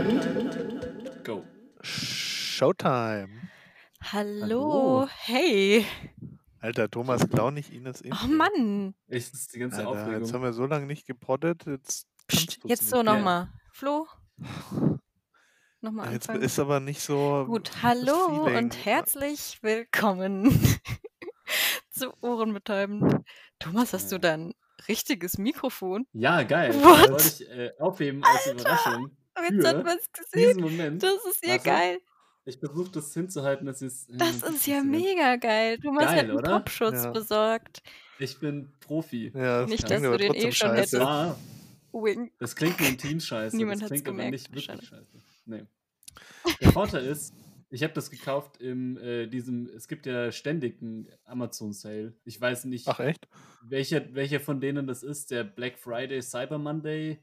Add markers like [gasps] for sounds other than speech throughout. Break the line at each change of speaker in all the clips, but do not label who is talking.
Ungeteilt.
Go.
Showtime.
Hallo. hey.
Alter, Thomas, klau nicht Ines Intro.
Oh Mann.
Ich das ist die ganze
Alter, jetzt haben
Aufregung.
wir so lange nicht gepoddet. Jetzt, kannst
Psst,
du's
jetzt so
nicht.
nochmal.
[laughs]
Flo. Nochmal
Jetzt
anfangen.
ist aber nicht so.
Gut, hallo
Feeling.
und herzlich willkommen [laughs] zu Ohrenbetäubend. Thomas, hast du da ein richtiges Mikrofon?
Ja,
[laughs]
geil. Das
What?
wollte ich äh, aufheben als Überraschung.
Aber Oh, jetzt hat
Für
man es gesehen.
Diesen Moment.
Das ist ja
Warte.
geil.
Hm,
Ich versuche das hinzuhalten, dass es.
Das ist ja mega geil. Thomas
Geil,
hat einen
oder?
Popschutz
Ja.
besorgt.
Ich bin Profi.
Ja, das
Nicht,
klingt
dass
aber
du den eh
trotzdem
schon
scheiße.
Das,
hättest.
war,
Hm.
Wink.
das klingt wie im Team scheiße.
Niemand
das
hat's
klingt aber
gemerkt,
nicht wirklich
schade.
scheiße. Nee. Der Vorteil ist, ich habe das gekauft in äh, diesem. Es gibt ja ständig einen Amazon-Sale. Ich weiß nicht,
Ach, echt?
welcher, welcher von denen das ist. Der Black Friday, Cyber Monday.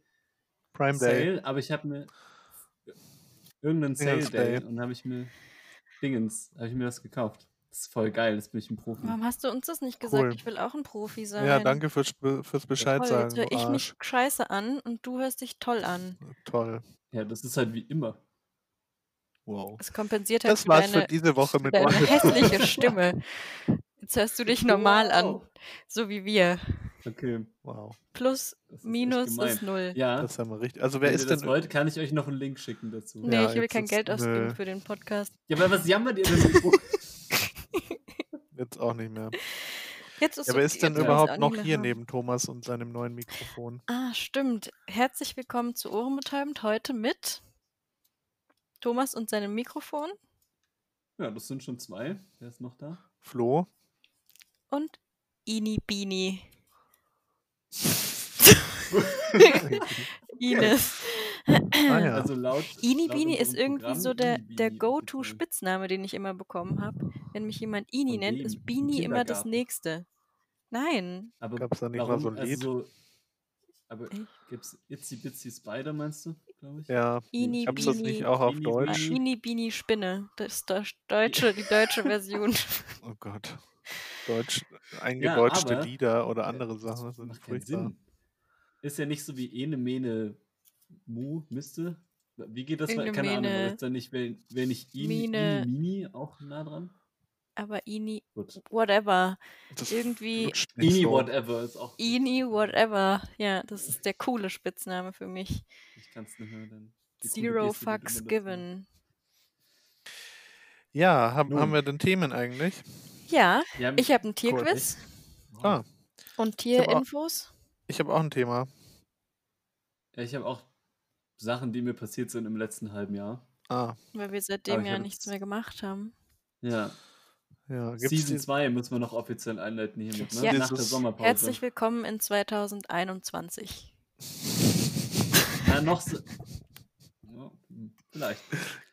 Prime Day.
Sale, aber ich habe mir irgendeinen Sale
Dingens
Day
Day.
und habe ich mir Dingens, habe ich mir das gekauft. Das ist voll geil, jetzt bin ich ein Profi.
Warum hast du uns das nicht gesagt?
Cool.
Ich will auch ein Profi sein.
Ja, danke fürs, fürs Bescheid
Toll,
sagen.
jetzt höre
du
ich mich
Arsch.
scheiße an und du hörst dich toll an.
Toll.
Ja, das ist halt wie immer.
Wow.
Es kompensiert halt
Das war's
deine,
für diese Woche mit
deine
Ohrenbetäubend.
hässliche Stimme. Jetzt hörst du dich normal
Wow.
an, so wie wir.
Okay.
[laughs] Wow.
Plus,
das ist echt
minus
gemein.
ist null.
Ja,
Das haben wir richtig. Also, wer
wenn ihr
ist
das
denn.
wollt, kann ich euch noch einen Link schicken dazu.
Nee,
Ja,
ich will
jetzt
kein
ist
Geld ausgeben
nö.
für den Podcast.
Ja, aber was jammert ihr denn
[laughs]
so?
Jetzt auch nicht mehr.
Jetzt ist
Ja, wer ist denn
jetzt
überhaupt noch hier
neben?
neben Thomas und seinem neuen Mikrofon?
Ah, stimmt. Herzlich willkommen zu Ohrenbetäubend heute mit Thomas und seinem Mikrofon
Ja, das sind schon zwei. Wer ist noch da?
[clears throat]
Flo?
und Ini
[laughs]
Bini. [laughs] Ines.
Ah, ja.
Also laut.
Ini
laut
Bini ist
unserem
irgendwie
Programm
so der,
Ini
der
Bini offiziell.
Go-To-Spitzname, den ich immer bekommen habe. Wenn mich jemand Ini
Von
nennt,
wem?
ist
Im
Bini immer das
Kindergarten?
nächste. Nein.
Aber
Gab es da nicht mal so ein
also
Lied?
so- aber
Echt?
gibt's Itzy Bitsy Spider, meinst du, glaube Hm, ich?
ja,
Ini
gab's das
Bini.
nicht auch auf
Bini,
Ah,
Deutsch?
Ini Bini Spinne. Das ist das deutsche, die deutsche Version. [laughs]
Oh Gott. äh, Deutsch, eingedeutschte
aber-
Lieder oder andere
Das
Sachen sind
macht keinen
furchtbar.
Sinn. Ist ja nicht so wie Ene, Mene, Mu, müsste. Wie geht das?
Ene,
Ene, Keine Ahnung,
Mene.
aber ist da nicht, wenn, wenn ich Ini,
Mine.
Ini, Mini auch nah dran?
Aber Ini,
Gut.
whatever.
Das
Irgendwie-
lutscht nicht
Ini,
so.
whatever ist auch. gut.
Ini, whatever. Ja, das ist der coole Spitzname für mich.
Ich kann es nicht mehr. Denn die coole Geste, die
Zero
du immer
fucks
dazu-
given.
Ja, haben,
Nun.
haben wir denn Themen eigentlich?
Ja,
Ja,
ich habe ein Tierquiz
wow.
Ah, hab
und
auch-
Tierinfos.
ich habe auch ein Thema.
ja, ich habe auch Sachen, die mir passiert sind im letzten halben Jahr.
Ah,
Weil wir
Aber
seitdem
ich
ja
hab
nichts
jetzt-
mehr gemacht haben.
Ja.
ja. Gibt's
Season
die-
2 müssen wir noch offiziell einleiten hiermit, ne?
Ja.
Nach der
Dieses-
Sommerpause.
Herzlich willkommen in 2021.
Na, noch so. Ja, hm, vielleicht.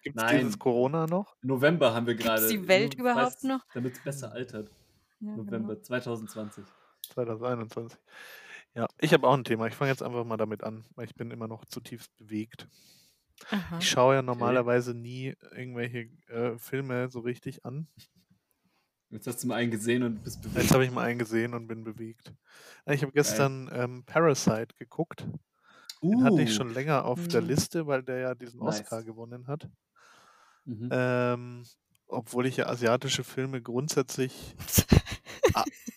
gibt's
Nein.
dieses Corona noch?
November haben wir gerade.
die Welt
nur,
überhaupt
weil's-
noch?
Damit es besser altert.
Ja,
November
genau.
2020.
2021. Ja, ich habe auch ein Thema. Ich fange jetzt einfach mal damit an, weil ich bin immer noch zutiefst bewegt.
Aha.
Ich schaue ja normalerweise nie irgendwelche äh, Filme so richtig an.
Jetzt hast du mal einen gesehen und bist
Jetzt
bewegt.
habe ich mal einen gesehen und bin bewegt. Äh, Ich habe gestern ähm, Parasite geguckt. Den hatte ich
Uh,
schon länger auf der
Mhm.
Liste, weil der ja diesen
Nice.
Oscar gewonnen hat.
Mhm.
Ähm, obwohl ich ja asiatische
[laughs]
Filme grundsätzlich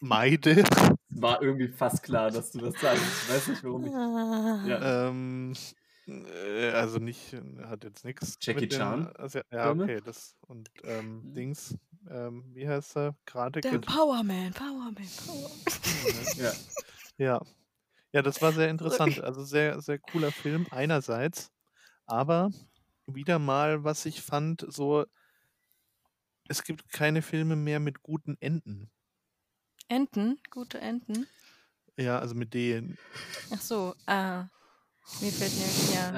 meide.
War irgendwie fast klar, dass du das sagst. Ich weiß nicht, warum ich.
[laughs] Ah.
Ja.
Ähm, äh, also nicht, äh, hat jetzt nichts.
Jackie
mit den
Chan
Asi- ja,
Filme?
okay, das. Und ähm,
Mhm.
Dings, ähm, wie heißt er? Karate
Der
Kid.
Powerman, Powerman, Powerman.
Ja.
Ja. Ja, das war sehr interessant. Also sehr, sehr cooler Film einerseits, aber wieder mal, was ich fand, so, es gibt keine Filme mehr mit guten Enden.
Enten, gute Enten.
Ja, also mit denen,
Ach so, ah. Mir fällt nämlich ja.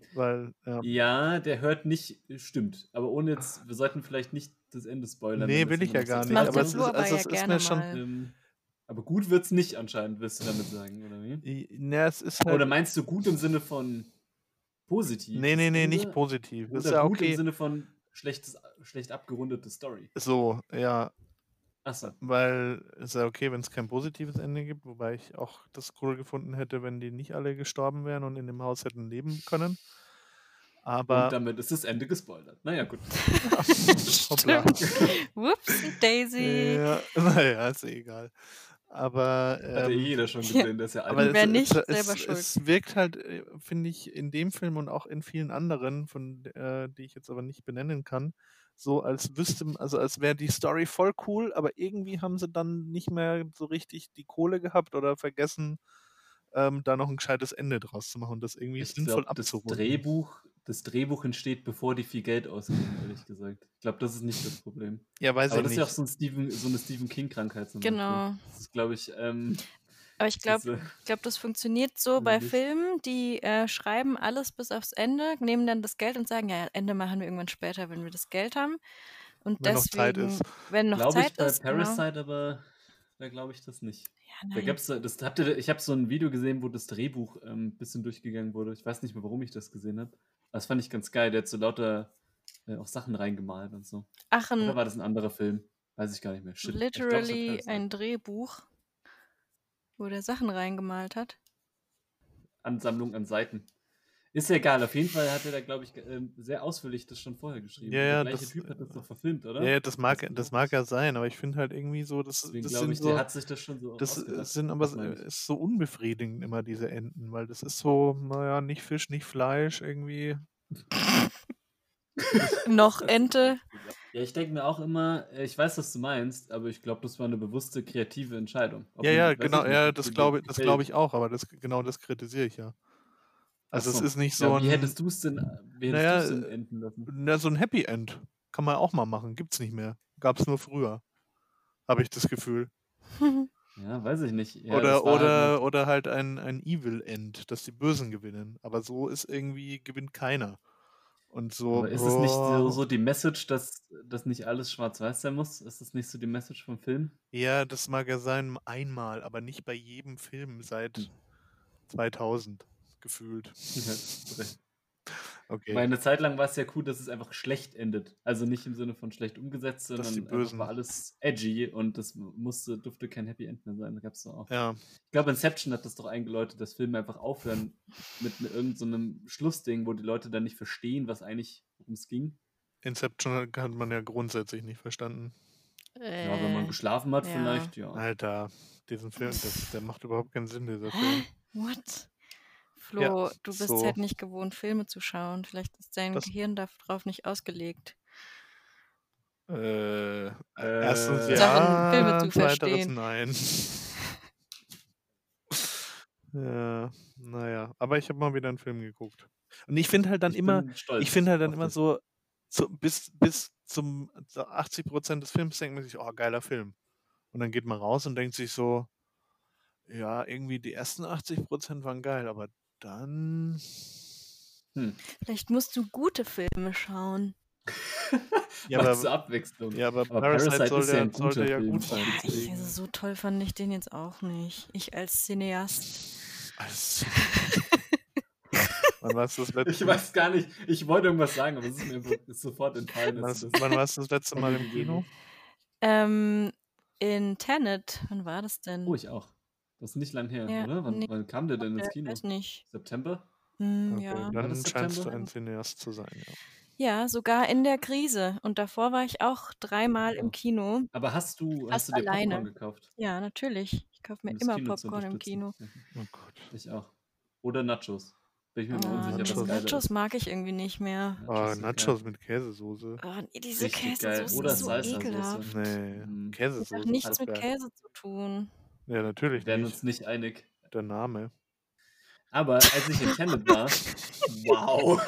Ähm,
[laughs]
weil, ja.
ja, der hört nicht, stimmt. Aber ohne jetzt, wir sollten vielleicht nicht das Ende spoilern.
Nee,
wenn das
will ich ja
jemand
gar
jetzt
nicht.
macht
Aber
der
es ist,
Flo aber
also
ja
es ist
gerne
mir schon,
mal.
Ähm, aber gut wird's nicht anscheinend, willst du damit sagen, oder wie?
I- na, es ist halt,
Oder meinst du gut im Sinne von positiv?
nee, nee, nee, nicht
Oder-
positiv.
Oder
Ist ja
gut im
okay.
Sinne von schlechtes, schlecht abgerundete Story.
So, ja,
Achso.
weil ist ja okay, wenn es kein positives Ende gibt, wobei ich auch das cool gefunden hätte, wenn die nicht alle gestorben wären und in dem Haus hätten leben können. Aber
Und damit ist das Ende gespoilert. Naja, gut.
Hoppla.
Whoops, Daisy.
Ja, [laughs] naja, ist eh egal. Aber,
Hat [laughs] ja eh
ähm,
jeder schon gesehen, dass er
aber
alt
es,
ist.
Wer nicht,
es,
selber
es,
schuld.
es wirkt halt, äh, finde ich, in dem Film und auch in vielen anderen, von äh, die ich jetzt aber nicht benennen kann, so als wüsste, m- also als wäre die Story voll cool, aber irgendwie haben sie dann nicht mehr so richtig die Kohle gehabt oder vergessen, ähm, da noch ein gescheites Ende draus zu machen und das irgendwie
Ich
sinnvoll
glaub, das
abzurunden.
Drehbuch, das Drehbuch entsteht, bevor die viel Geld ausgeben, ehrlich gesagt. Ich glaube, das ist nicht das Problem.
Ja, weiß
Aber
ich
das ist
nicht.
ja auch so, ein Stephen, so eine Stephen King-Krankheit. zum Beispiel.
Genau.
Das ist, glaube ich, ähm,
Aber ich glaube,
diese-
Ich glaube, das funktioniert so bei
Nicht.
Filmen, die äh, schreiben alles bis aufs Ende, nehmen dann das Geld und sagen, ja, Ende machen wir irgendwann später, wenn wir das Geld haben. Und
Wenn noch Zeit
deswegen,
ist.
wenn noch
glaube ich,
Zeit
bei
ist, genau.
Parasite, aber da glaube ich das nicht.
Ja,
Da
nein.
gab's, so- das habt ihr, ich habe so ein Video gesehen, wo das Drehbuch ein ähm, bisschen durchgegangen wurde. Ich weiß nicht mehr, warum ich das gesehen habe. Das fand ich ganz geil. Der hat so lauter äh, auch Sachen reingemalt und so.
Ach,
Oder
ein,
war das ein anderer Film? Weiß ich gar nicht mehr. Shit. Ich glaub, es war
Hm. literally
Parasite.
ein Drehbuch, wo der Sachen reingemalt hat.
Ansammlung an Seiten. Ist ja egal. Auf jeden Fall hat er da, glaube ich, ge- ähm, sehr ausführlich das schon vorher geschrieben.
Ja, ja,
der gleiche
das- äh,
Typ hat das doch verfilmt, oder?
Ja, ja, das mag,
glaub
das
ich.
mag ja sein, aber ich finde halt irgendwie so, das,
Deswegen
das
glaube
sind
ich,
so,
der hat sich das schon so
das äh,
ausgedacht.
sind aber
Das meine
s- ist so unbefriedigend immer diese Enten, weil das ist so, naja, nicht Fisch, nicht Fleisch irgendwie.
Noch
Das-
Ente.
Ja, ich denke mir auch immer, äh, ich weiß, was du meinst, aber ich glaube, das war eine bewusste kreative Entscheidung. Ob
Ja,
ihm-
ja,
weiß ich
genau,
nicht,
ja,
ob
das
ihm
glaube das
gefällt.
glaube ich auch, aber das genau das kritisiere ich ja. Also
Ach
es ist nicht
Ja,
so
wie
ein,
hättest du es denn, äh, wie hättest
Naja,
du's denn
äh,
enden lassen?
na, so ein Happy End. Kann man auch mal machen, gibt's nicht mehr. Gab's nur früher. Habe ich das Gefühl.
Ja, weiß ich nicht. Ja, das war
oder
halt
oder
eine-
oder halt ein, ein Evil End, dass die Bösen gewinnen. Aber so ist irgendwie gewinnt keiner. Und so.
aber ist es nicht so,
boah.
so die Message, dass, dass nicht alles schwarz-weiß sein muss? Ist das nicht so die Message vom Film?
Ja, das mag ja sein einmal, aber nicht bei jedem Film seit 2000 gefühlt.
Ja, hast recht.
Okay.
Weil eine Zeit lang war es ja cool, dass es einfach schlecht endet. Also nicht im Sinne von schlecht umgesetzt, sondern
die
einfach
Bösen-
war alles edgy und das musste, durfte kein Happy End mehr sein. Da gab es auch.
ja,
Ich glaube, Inception hat das doch eingeläutet, dass Filme einfach aufhören mit ne- irgendeinem so einem Schlussding, wo die Leute dann nicht verstehen, was eigentlich worum es ging.
Inception hat- hat man ja grundsätzlich nicht verstanden.
Äh,
ja, wenn man geschlafen hat,
ja.
vielleicht, ja.
Alter, diesen Film, das, der macht überhaupt keinen Sinn, dieser Film.
[gasps] hä? What? Flo, du bist
so.
halt nicht gewohnt, Filme zu schauen. Vielleicht ist dein
Das-
Gehirn darauf nicht ausgelegt.
Äh, erstens
Äh,
ja,
Sachen, Filme zu
zweiteres
verstehen.
nein. ja, naja, aber ich habe mal wieder einen Film geguckt. Und ich finde halt dann immer,
bin stolz
ich finde halt dann
auf
immer
dich.
so, so bis, bis zum zu 80 Prozent des Films denkt man sich, oh, geiler Film. Und dann geht man raus und denkt sich so, ja, irgendwie die ersten 80 Prozent waren geil, aber dann.
Hm.
Vielleicht musst du gute Filme schauen.
Ja,
Was zur
aber,
Abwechslung.
ja, aber
Aber
Parasite
Parasite
soll
ist ja
ja,
ein guter
sollte ja
Film.
gut
Ja,
sein.
ich-
Ich,
deswegen.
also so toll fand ich den jetzt auch nicht. Ich als Cineast.
Alles- Wann warst du das letzte
Ich weiß gar nicht, ich wollte irgendwas sagen, aber es ist mir einfach- ist sofort entfallen.
Wann
dass
warst,
du
wann warst du das letzte Mal im
Olivia
Kino?
Wilde.
Ähm, in Tenet, wann war das denn?
Oh, ich auch. Das ist nicht lang her,
Ja,
oder? Wann,
nee.
wann kam der denn ins
Ich
Kino?
Äh, weiß nicht.
September?
Hm,
Okay,
ja.
War
dann
das
scheinst du
September?
ein Cineast zu sein, ja.
ja, sogar in der Krise. Und davor war ich auch dreimal
Oh.
im Kino.
Aber hast du, hast
Fast
du dir Popcorn
alleine.
gekauft,
Ja, natürlich. Ich kaufe mir
um das
immer
Kino zu
Popcorn im
unterstützen?
Kino.
Ja,
Oh Gott.
Ich auch. Oder Nachos. Bin ich mir mal
Ah,
unsicher,
Nachos.
was
Nachos,
geiler
Nachos
ist.
mag ich irgendwie nicht mehr.
Ah,
sind geil.
Nachos mit Käsesoße.
Oh, nee, diese
Richtig geil.
Käsesoße
Oder
ist so
Salsa-Soße.
ekelhaft.
Nee,
Mm.
Das
Käsesoße.
hat nichts
alles
mit
geil.
Käse zu tun.
Mhm. Ja, natürlich
Wir werden
nicht.
uns nicht einig.
Der Name.
Aber als ich in Tenet
[laughs]
war, wow.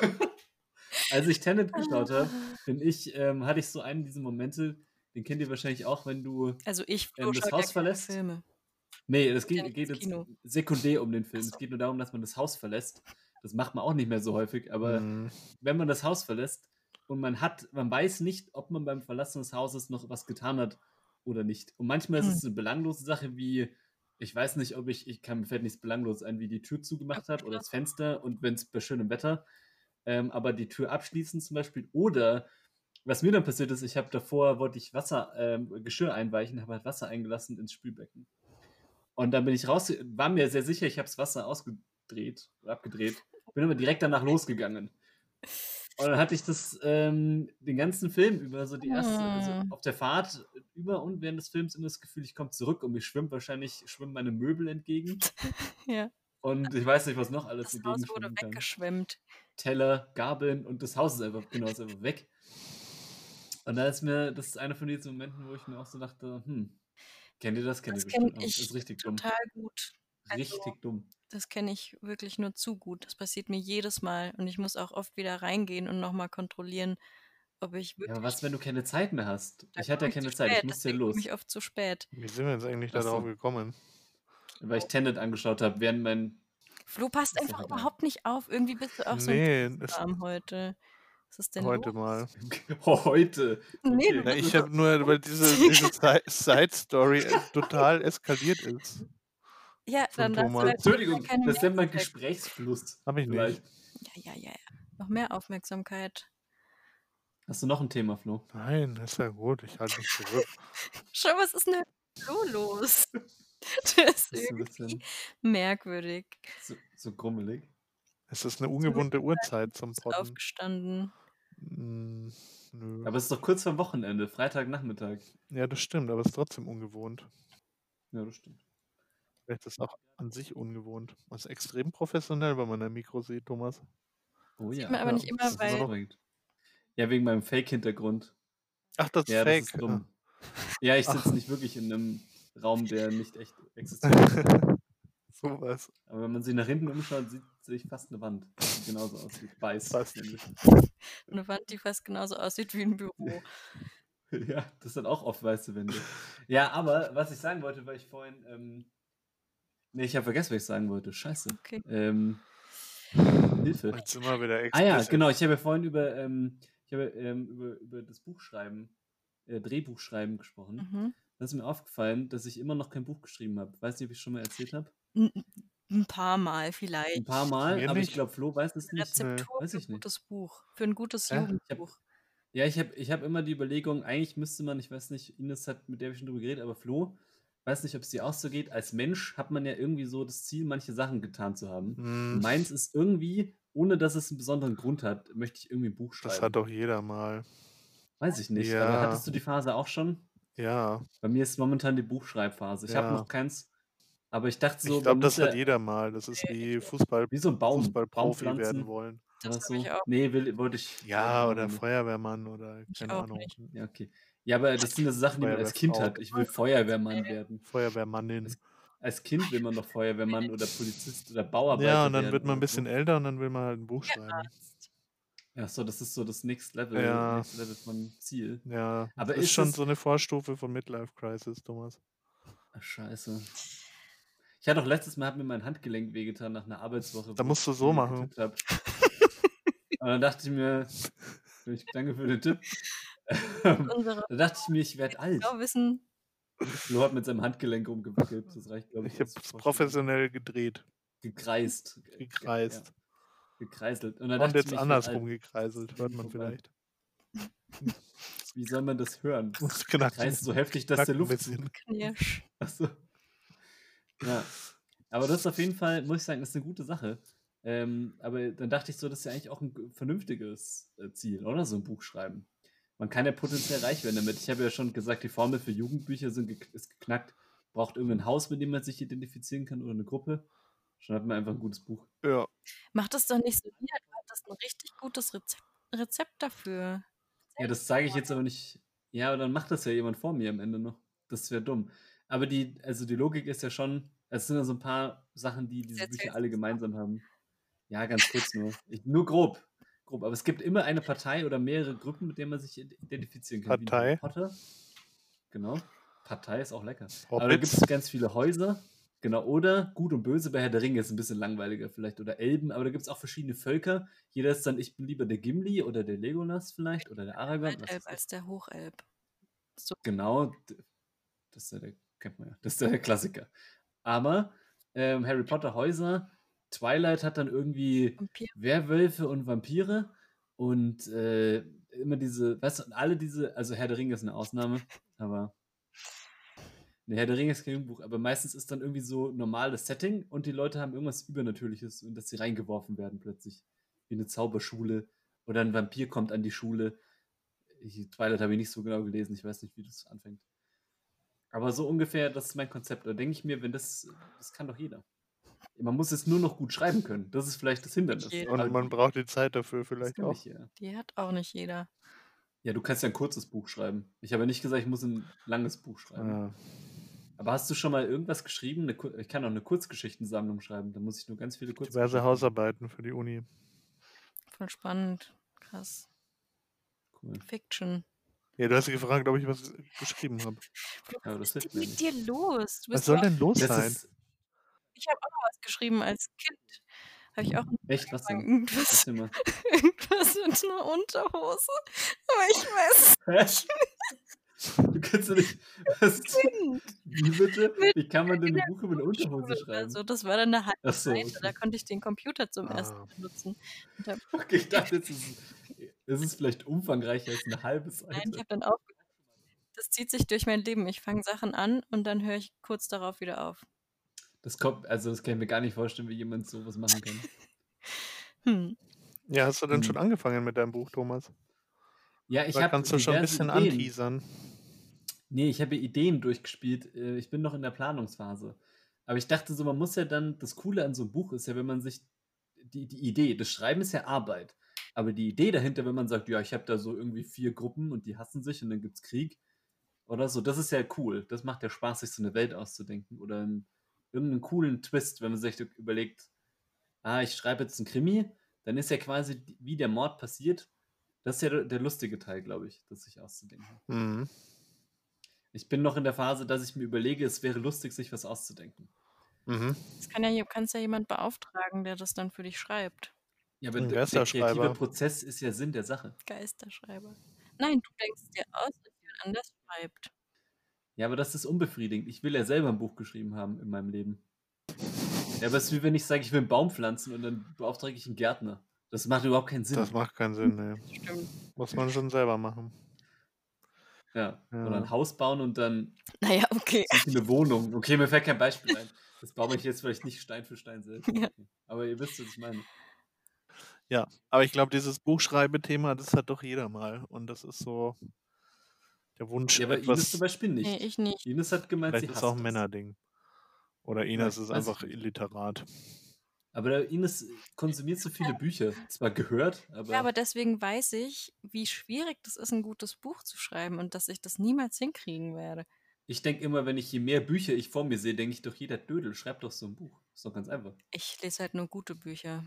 als ich Tenet geschaut habe,
Ah.
bin ich, ähm, hatte ich so einen dieser Momente, den kennt ihr wahrscheinlich auch, wenn du
Also ich
Ähm,
Flo
das
schaut
Haus
ja keine
verlässt?
Filme.
Nee, das
Ja
geht,
nicht
geht
ins
jetzt
Kino.
sekundär um den Film.
Ach so.
Es geht nur darum, dass man das Haus verlässt. Das macht man auch nicht mehr so häufig, aber
Mhm.
wenn man das Haus verlässt und man hat, man weiß nicht, ob man beim Verlassen des Hauses noch was getan hat oder nicht. Und manchmal ist
Hm.
es eine belanglose Sache wie, ich weiß nicht, ob ich, ich kann, mir fällt nichts belanglos ein, wie die Tür zugemacht hat oder das Fenster und wenn es bei schönem Wetter, ähm, aber die Tür abschließen zum Beispiel oder was mir dann passiert ist, ich habe davor, wollte ich Wasser, ähm, Geschirr einweichen, habe halt Wasser eingelassen ins Spülbecken. Und dann bin ich raus, war mir sehr sicher, ich habe das Wasser ausgedreht, abgedreht, bin aber direkt danach losgegangen. Und dann hatte ich das ähm, den ganzen Film über, so die erste, also
Hm.
auf der Fahrt über und während des Films immer das Gefühl, ich komme zurück und mir schwimmt wahrscheinlich, schwimmen meine Möbel entgegen.
Ja.
Und ich weiß nicht, was noch alles
Das Haus wurde
entgegenschwimmen kann.
weggeschwemmt.
Teller, Gabeln und das Haus ist einfach, genau, ist einfach weg. Und da ist mir, das ist einer von diesen Momenten, wo ich mir auch so dachte, hm, kennt ihr das? Kennt
Das
ihr
kenne
bestimmt auch.
ich
ist richtig dumm.
total gut. also-
Richtig dumm.
Das kenne ich wirklich nur zu gut. Das passiert mir jedes Mal und ich muss auch oft wieder reingehen und nochmal kontrollieren, ob ich
Ja,
wirklich.
aber was, wenn du keine Zeit mehr hast?
Da
Ich hatte ja
komm zu
keine Zeit, ich
spät,
musste ja
deswegen komm
los.
Ich oft zu spät.
Wie sind wir jetzt eigentlich
Ach so.
darauf gekommen?
Weil ich Tenet angeschaut habe, während mein. [laughs]
Flo passt
Ist doch
einfach
egal.
überhaupt nicht auf. Irgendwie bist du auch so ein
nee, es,
Arm heute. Was ist denn
heute
los?
mal.
Heute.
Nee,
Okay.
du
[laughs] Na,
bist
ich habe nur, weil diese,
[laughs]
diese Si- Side-Story äh, total eskaliert ist.
ja,
von
dann darfst du
Thomas.
halt
Entschuldigung,
keine
das nennt man
Nerven wecken.
Gesprächsfluss.
Hab ich nicht.
Vielleicht.
Ja, ja, ja. ja. Noch mehr Aufmerksamkeit.
Hast du noch ein Thema, Flo?
Nein, ist ja gut, ich halte mich zurück.
Schau, was ist denn mit Flo los? [laughs] Der ist
Ist ein bisschen
irgendwie merkwürdig.
so, so grummelig.
Es ist eine ungewohnte Uhrzeit zum
Ist
Potten.
aufgestanden.
Mm, nö.
Aber es ist doch kurz vor Wochenende, Freitagnachmittag.
Ja, das stimmt, aber es ist trotzdem ungewohnt.
Ja, das stimmt.
Vielleicht ist es auch an sich ungewohnt. Das ist extrem professionell, wenn man ein Mikro sieht, Thomas.
Oh ja.
Sieht man aber
Ja,
nicht immer,
das ist
weil
auch-
Korrekt. Ja, wegen meinem Fake-Hintergrund.
Ach, das ist
Ja,
fake.
das ist dumm. Ja, ich
Ach.
sitze nicht wirklich in einem Raum, der nicht echt
[laughs]
existiert.
Ja. [laughs] Sowas.
Aber wenn man sich nach hinten umschaut, sieht sich fast eine Wand. Die sieht genauso aus wie weiß.
Fast.
nämlich.
eine Wand, die fast genauso aussieht wie ein Büro.
[laughs] Ja, das sind auch oft weiße Wände. Ja, aber was ich sagen wollte, weil ich vorhin. Ähm, nee, ich habe vergessen, was ich sagen wollte. Scheiße.
Okay.
Ähm, Hilfe.
Jetzt sind wir wieder
Ah ja,
explicit.
genau. Ich habe ja vorhin über, ähm, ich habe, ähm, über, über das Buchschreiben, äh, Drehbuchschreiben gesprochen.
Mhm.
Da ist mir aufgefallen, dass ich immer noch kein Buch geschrieben habe. Weiß nicht, ob ich schon mal erzählt habe.
N- Ein paar Mal vielleicht.
Ein paar Mal,
Mir
aber
nicht.
ich glaube, Flo weiß es nicht. ne?
Rezeptur
weiß
für
ich
ein
nicht.
gutes Buch. Für ein gutes
Ja, ich hab-
Jugendbuch.
Ja, ich habe ich hab immer die Überlegung, eigentlich müsste man, ich weiß nicht, Ines hat mit der wir schon drüber geredet, aber Flo, weiß nicht, ob es dir auch so geht. Als Mensch hat man ja irgendwie so das Ziel, manche Sachen getan zu haben.
Mm,
Und Meins ist irgendwie, ohne dass es einen besonderen Grund hat, möchte ich irgendwie ein Buch schreiben.
das hat doch jeder mal.
Weiß ich nicht.
Ja.
Aber hattest du die Phase auch schon?
Ja,
Bei mir ist momentan die Buchschreibphase. Ich
Ja.
habe noch keins, aber ich dachte so,
ich glaube,
man
das
muss
hat
ja- Äh,
jeder mal. Das ist wie Fußball,
wie so ein Baum,
Fußballprofi werden wollen.
Das
oder
hab
so.
ich auch.
Nee, will, wollte ich.
Ja,
wollte ich
oder
auch nicht.
Feuerwehrmann oder
Ich
keine
auch
Ahnung.
nicht.
Ja, okay. Ja, aber das sind ja so Sachen, die man als Kind
Feuerwehrfrau.
hat. Ich will Feuerwehrmann werden.
Feuerwehrmannin.
Als Kind will man doch Feuerwehrmann oder Polizist oder Bauarbeiter
Ja, und dann wird
werden
man ein
oder
bisschen älter und dann will man halt ein Buch schreiben.
So. Ja, so, das ist so das Next Level,
Ja.
Next Level von Ziel.
Ja,
Aber
das ist
ist
schon
es-
so eine Vorstufe von Midlife Crisis, Thomas.
Ach, scheiße. Ich hatte auch letztes Mal, hat mir mein Handgelenk wehgetan nach einer Arbeitswoche.
Da
wo
musst du
ich
so
viel
machen.
getippt hab.
[laughs]
Und dann dachte ich mir, ich danke für den Tipp. da
Unsere
dachte ich mir, ich werde alt.
genau wissen,
Flo hat mit seinem Handgelenk rumgewickelt. Das reicht, glaube ich.
Ich
als
habe es
Vorstellung.
professionell gedreht,
Gekreist.
gekreist
Ja, gekreiselt. Und, dann
und
dachte ich halt
jetzt
mir, ich werd alt.
andersrum gekreiselt, hört
Vorbei.
man
[laughs]
vielleicht. [laughs]
Wie soll man das hören?
genau.
Kreist so heftig, dass der
Knackt ein
Luft
bisschen.
Knirsch.
[laughs] Ach so. Ja. Aber das ist auf jeden Fall, muss ich sagen, ist eine gute Sache. Ähm, aber dann dachte ich so, das ist ja eigentlich auch ein vernünftiges äh, Ziel, oder? So ein Buch schreiben. Man kann ja potenziell reich werden damit. Ich habe ja schon gesagt, die Formel für Jugendbücher sind gek- ist geknackt. Braucht irgendein Haus, mit dem man sich identifizieren kann oder eine Gruppe. Schon hat man einfach ein gutes Buch.
Ja,
Mach das doch nicht so nieder. Du hattest ein richtig gutes Rezept, Rezept dafür.
Ja, das sage ich jetzt aber nicht. Ja, aber dann macht das ja jemand vor mir am Ende noch. Das wäre dumm. Aber die, also die Logik ist ja schon, es sind ja so ein paar Sachen, die diese
Erzähl's
Bücher
uns
alle
doch.
gemeinsam haben. Ja, ganz kurz nur. Ich, nur grob. Grob. Aber es gibt immer eine Partei oder mehrere Gruppen, mit denen man sich ident- identifizieren kann. wie
Partei.
Harry Potter. Genau. Partei ist auch lecker.
Oh,
Aber da gibt
Hobbits.
es ganz viele Häuser. Genau. Oder Gut und Böse bei Herr der Ringe ist ein bisschen langweiliger vielleicht. Oder Elben. Aber da gibt es auch verschiedene Völker. Jeder ist dann, ich bin lieber der Gimli oder der Legolas vielleicht. Oder der Aragorn. was weiß
Waldalb
ich.
als der Hochalb.
Genau, d- das ist ja der, kennt man ja, das ist ja der Klassiker. Aber ähm, Harry Potter Häuser, Twilight hat dann irgendwie
Vampir.
Werwölfe und Vampire und äh, immer diese, weißt du, und alle diese, also Herr der Ringe ist eine Ausnahme, aber ne, Herr der Ringe ist kein Jugendbuch, aber meistens ist dann irgendwie so normales Setting und die Leute haben irgendwas Übernatürliches, in das sie reingeworfen werden plötzlich, wie eine Zauberschule Oder ein Vampir kommt an die Schule. Ich, Twilight habe ich nicht so genau gelesen. Ich weiß nicht, wie das anfängt. Aber so ungefähr, das ist mein Konzept. Da denke ich mir, wenn das, das kann doch jeder. Man muss es nur noch gut schreiben können. Das ist vielleicht das Hindernis.
Je-
Aber
Und man braucht die Zeit dafür
das
vielleicht
kann
auch.
ich, ja.
Die hat auch nicht jeder.
ja, du kannst ja ein kurzes Buch schreiben. Ich habe ja nicht gesagt, ich muss ein langes Buch schreiben.
Ja.
Aber hast du schon mal irgendwas geschrieben? Eine, Kur- ich kann auch eine Kurzgeschichtensammlung schreiben. Da muss ich nur ganz viele Kurzgeschichten.
Diverse Hausarbeiten für die Uni.
Voll spannend. Krass.
Cool.
Fiction.
Ja, du hast gefragt, ob ich was geschrieben habe.
Ja, das
Was ist
hilft
denn
mir nicht.
mit dir los? Du
Was
bist
soll
doch-
denn los
Das
sein?
ist
ich habe auch mal was geschrieben als Kind. Habe ich auch
echt, was
angefangen,
denn?
irgendwas, [laughs]
Erzähl mal.
irgendwas mit einer Unterhose. Aber ich weiß
[laughs] du kannst doch nicht. Was,
nicht.
wie bitte?
Mit-
Wie kann man denn
in
ein Buch über eine Unterhose schreiben?
Also, das war dann eine halbe
Achso,
Seite. Da konnte ich den Computer zum ersten
Ah.
Mal benutzen.
[laughs] okay,
[laughs]
ich dachte, jetzt ist, es- es ist vielleicht umfangreicher als eine halbe Seite.
Nein, ich habe dann aufgehört. Das zieht sich durch mein Leben. Ich fange Sachen an und dann höre ich kurz darauf wieder auf.
Das kommt, also das kann ich mir gar nicht vorstellen, wie jemand sowas machen kann.
Hm.
Ja, hast du denn
Hm.
schon angefangen mit deinem Buch, Thomas?
Ja, ich
Da
habe
kannst du schon ein bisschen anteasern.
Nee, ich habe Ideen durchgespielt. Äh, Ich bin noch in der Planungsphase. Aber ich dachte so, man muss ja dann, das Coole an so einem Buch ist ja, wenn man sich die, die Idee, das Schreiben ist ja Arbeit. Aber die Idee dahinter, wenn man sagt, ja, ich habe da so irgendwie vier Gruppen und die hassen sich und dann gibt es Krieg oder so, das ist ja cool. Das macht ja Spaß, sich so eine Welt auszudenken oder einen, irgendeinen coolen Twist, wenn man sich überlegt, ah, ich schreibe jetzt einen Krimi, dann ist ja quasi, wie der Mord passiert, das ist ja der, der lustige Teil, glaube ich, das sich auszudenken.
Mhm.
Ich bin noch in der Phase, dass ich mir überlege, es wäre lustig, sich was auszudenken.
Mhm.
Das kann ja, je- kannst ja jemand beauftragen, der das dann für dich schreibt.
Ja, aber
Ein
der, der kreative
Geisterschreiber.
Prozess ist ja Sinn der Sache.
Geisterschreiber. Nein, du denkst dir aus und jemand anders schreibt.
Ja, aber das ist unbefriedigend. Ich will ja selber ein Buch geschrieben haben in meinem Leben. Ja, aber es ist wie wenn ich sage, ich will einen Baum pflanzen und dann beauftrage ich einen Gärtner. Das macht überhaupt keinen Sinn.
Das macht keinen Sinn, ne.
Stimmt.
Muss man schon selber machen.
ja.
Ja.
Oder ein Haus bauen und dann
Naja, okay.
sich eine Wohnung. Okay, mir fällt kein Beispiel ein. Das baue ich jetzt vielleicht nicht Stein für Stein selbst.
[laughs] Ja.
Okay. Aber ihr wisst, was ich meine.
Aber ich glaube, dieses Buchschreibethema, das hat doch jeder mal. Und das ist so der Wunsch,
Ja, aber Ines zum
etwas.
Beispiel nicht.
Nee, ich nicht.
Ines hat gemeint,
Vielleicht
sie
ist
hasst
auch ein
das.
Männerding. Oder Ines
weiß
ist
ich
einfach
nicht.
illiterat.
Aber der Ines äh, konsumiert so viele Bücher. Zwar gehört, aber.
Ja, aber deswegen weiß ich, wie schwierig das ist, ein gutes Buch zu schreiben und dass ich das niemals hinkriegen werde.
Ich denke immer, wenn ich je mehr Bücher ich vor mir sehe, denke ich doch, jeder Dödel schreibt doch so ein Buch. Ist doch ganz einfach.
Ich lese halt nur gute Bücher.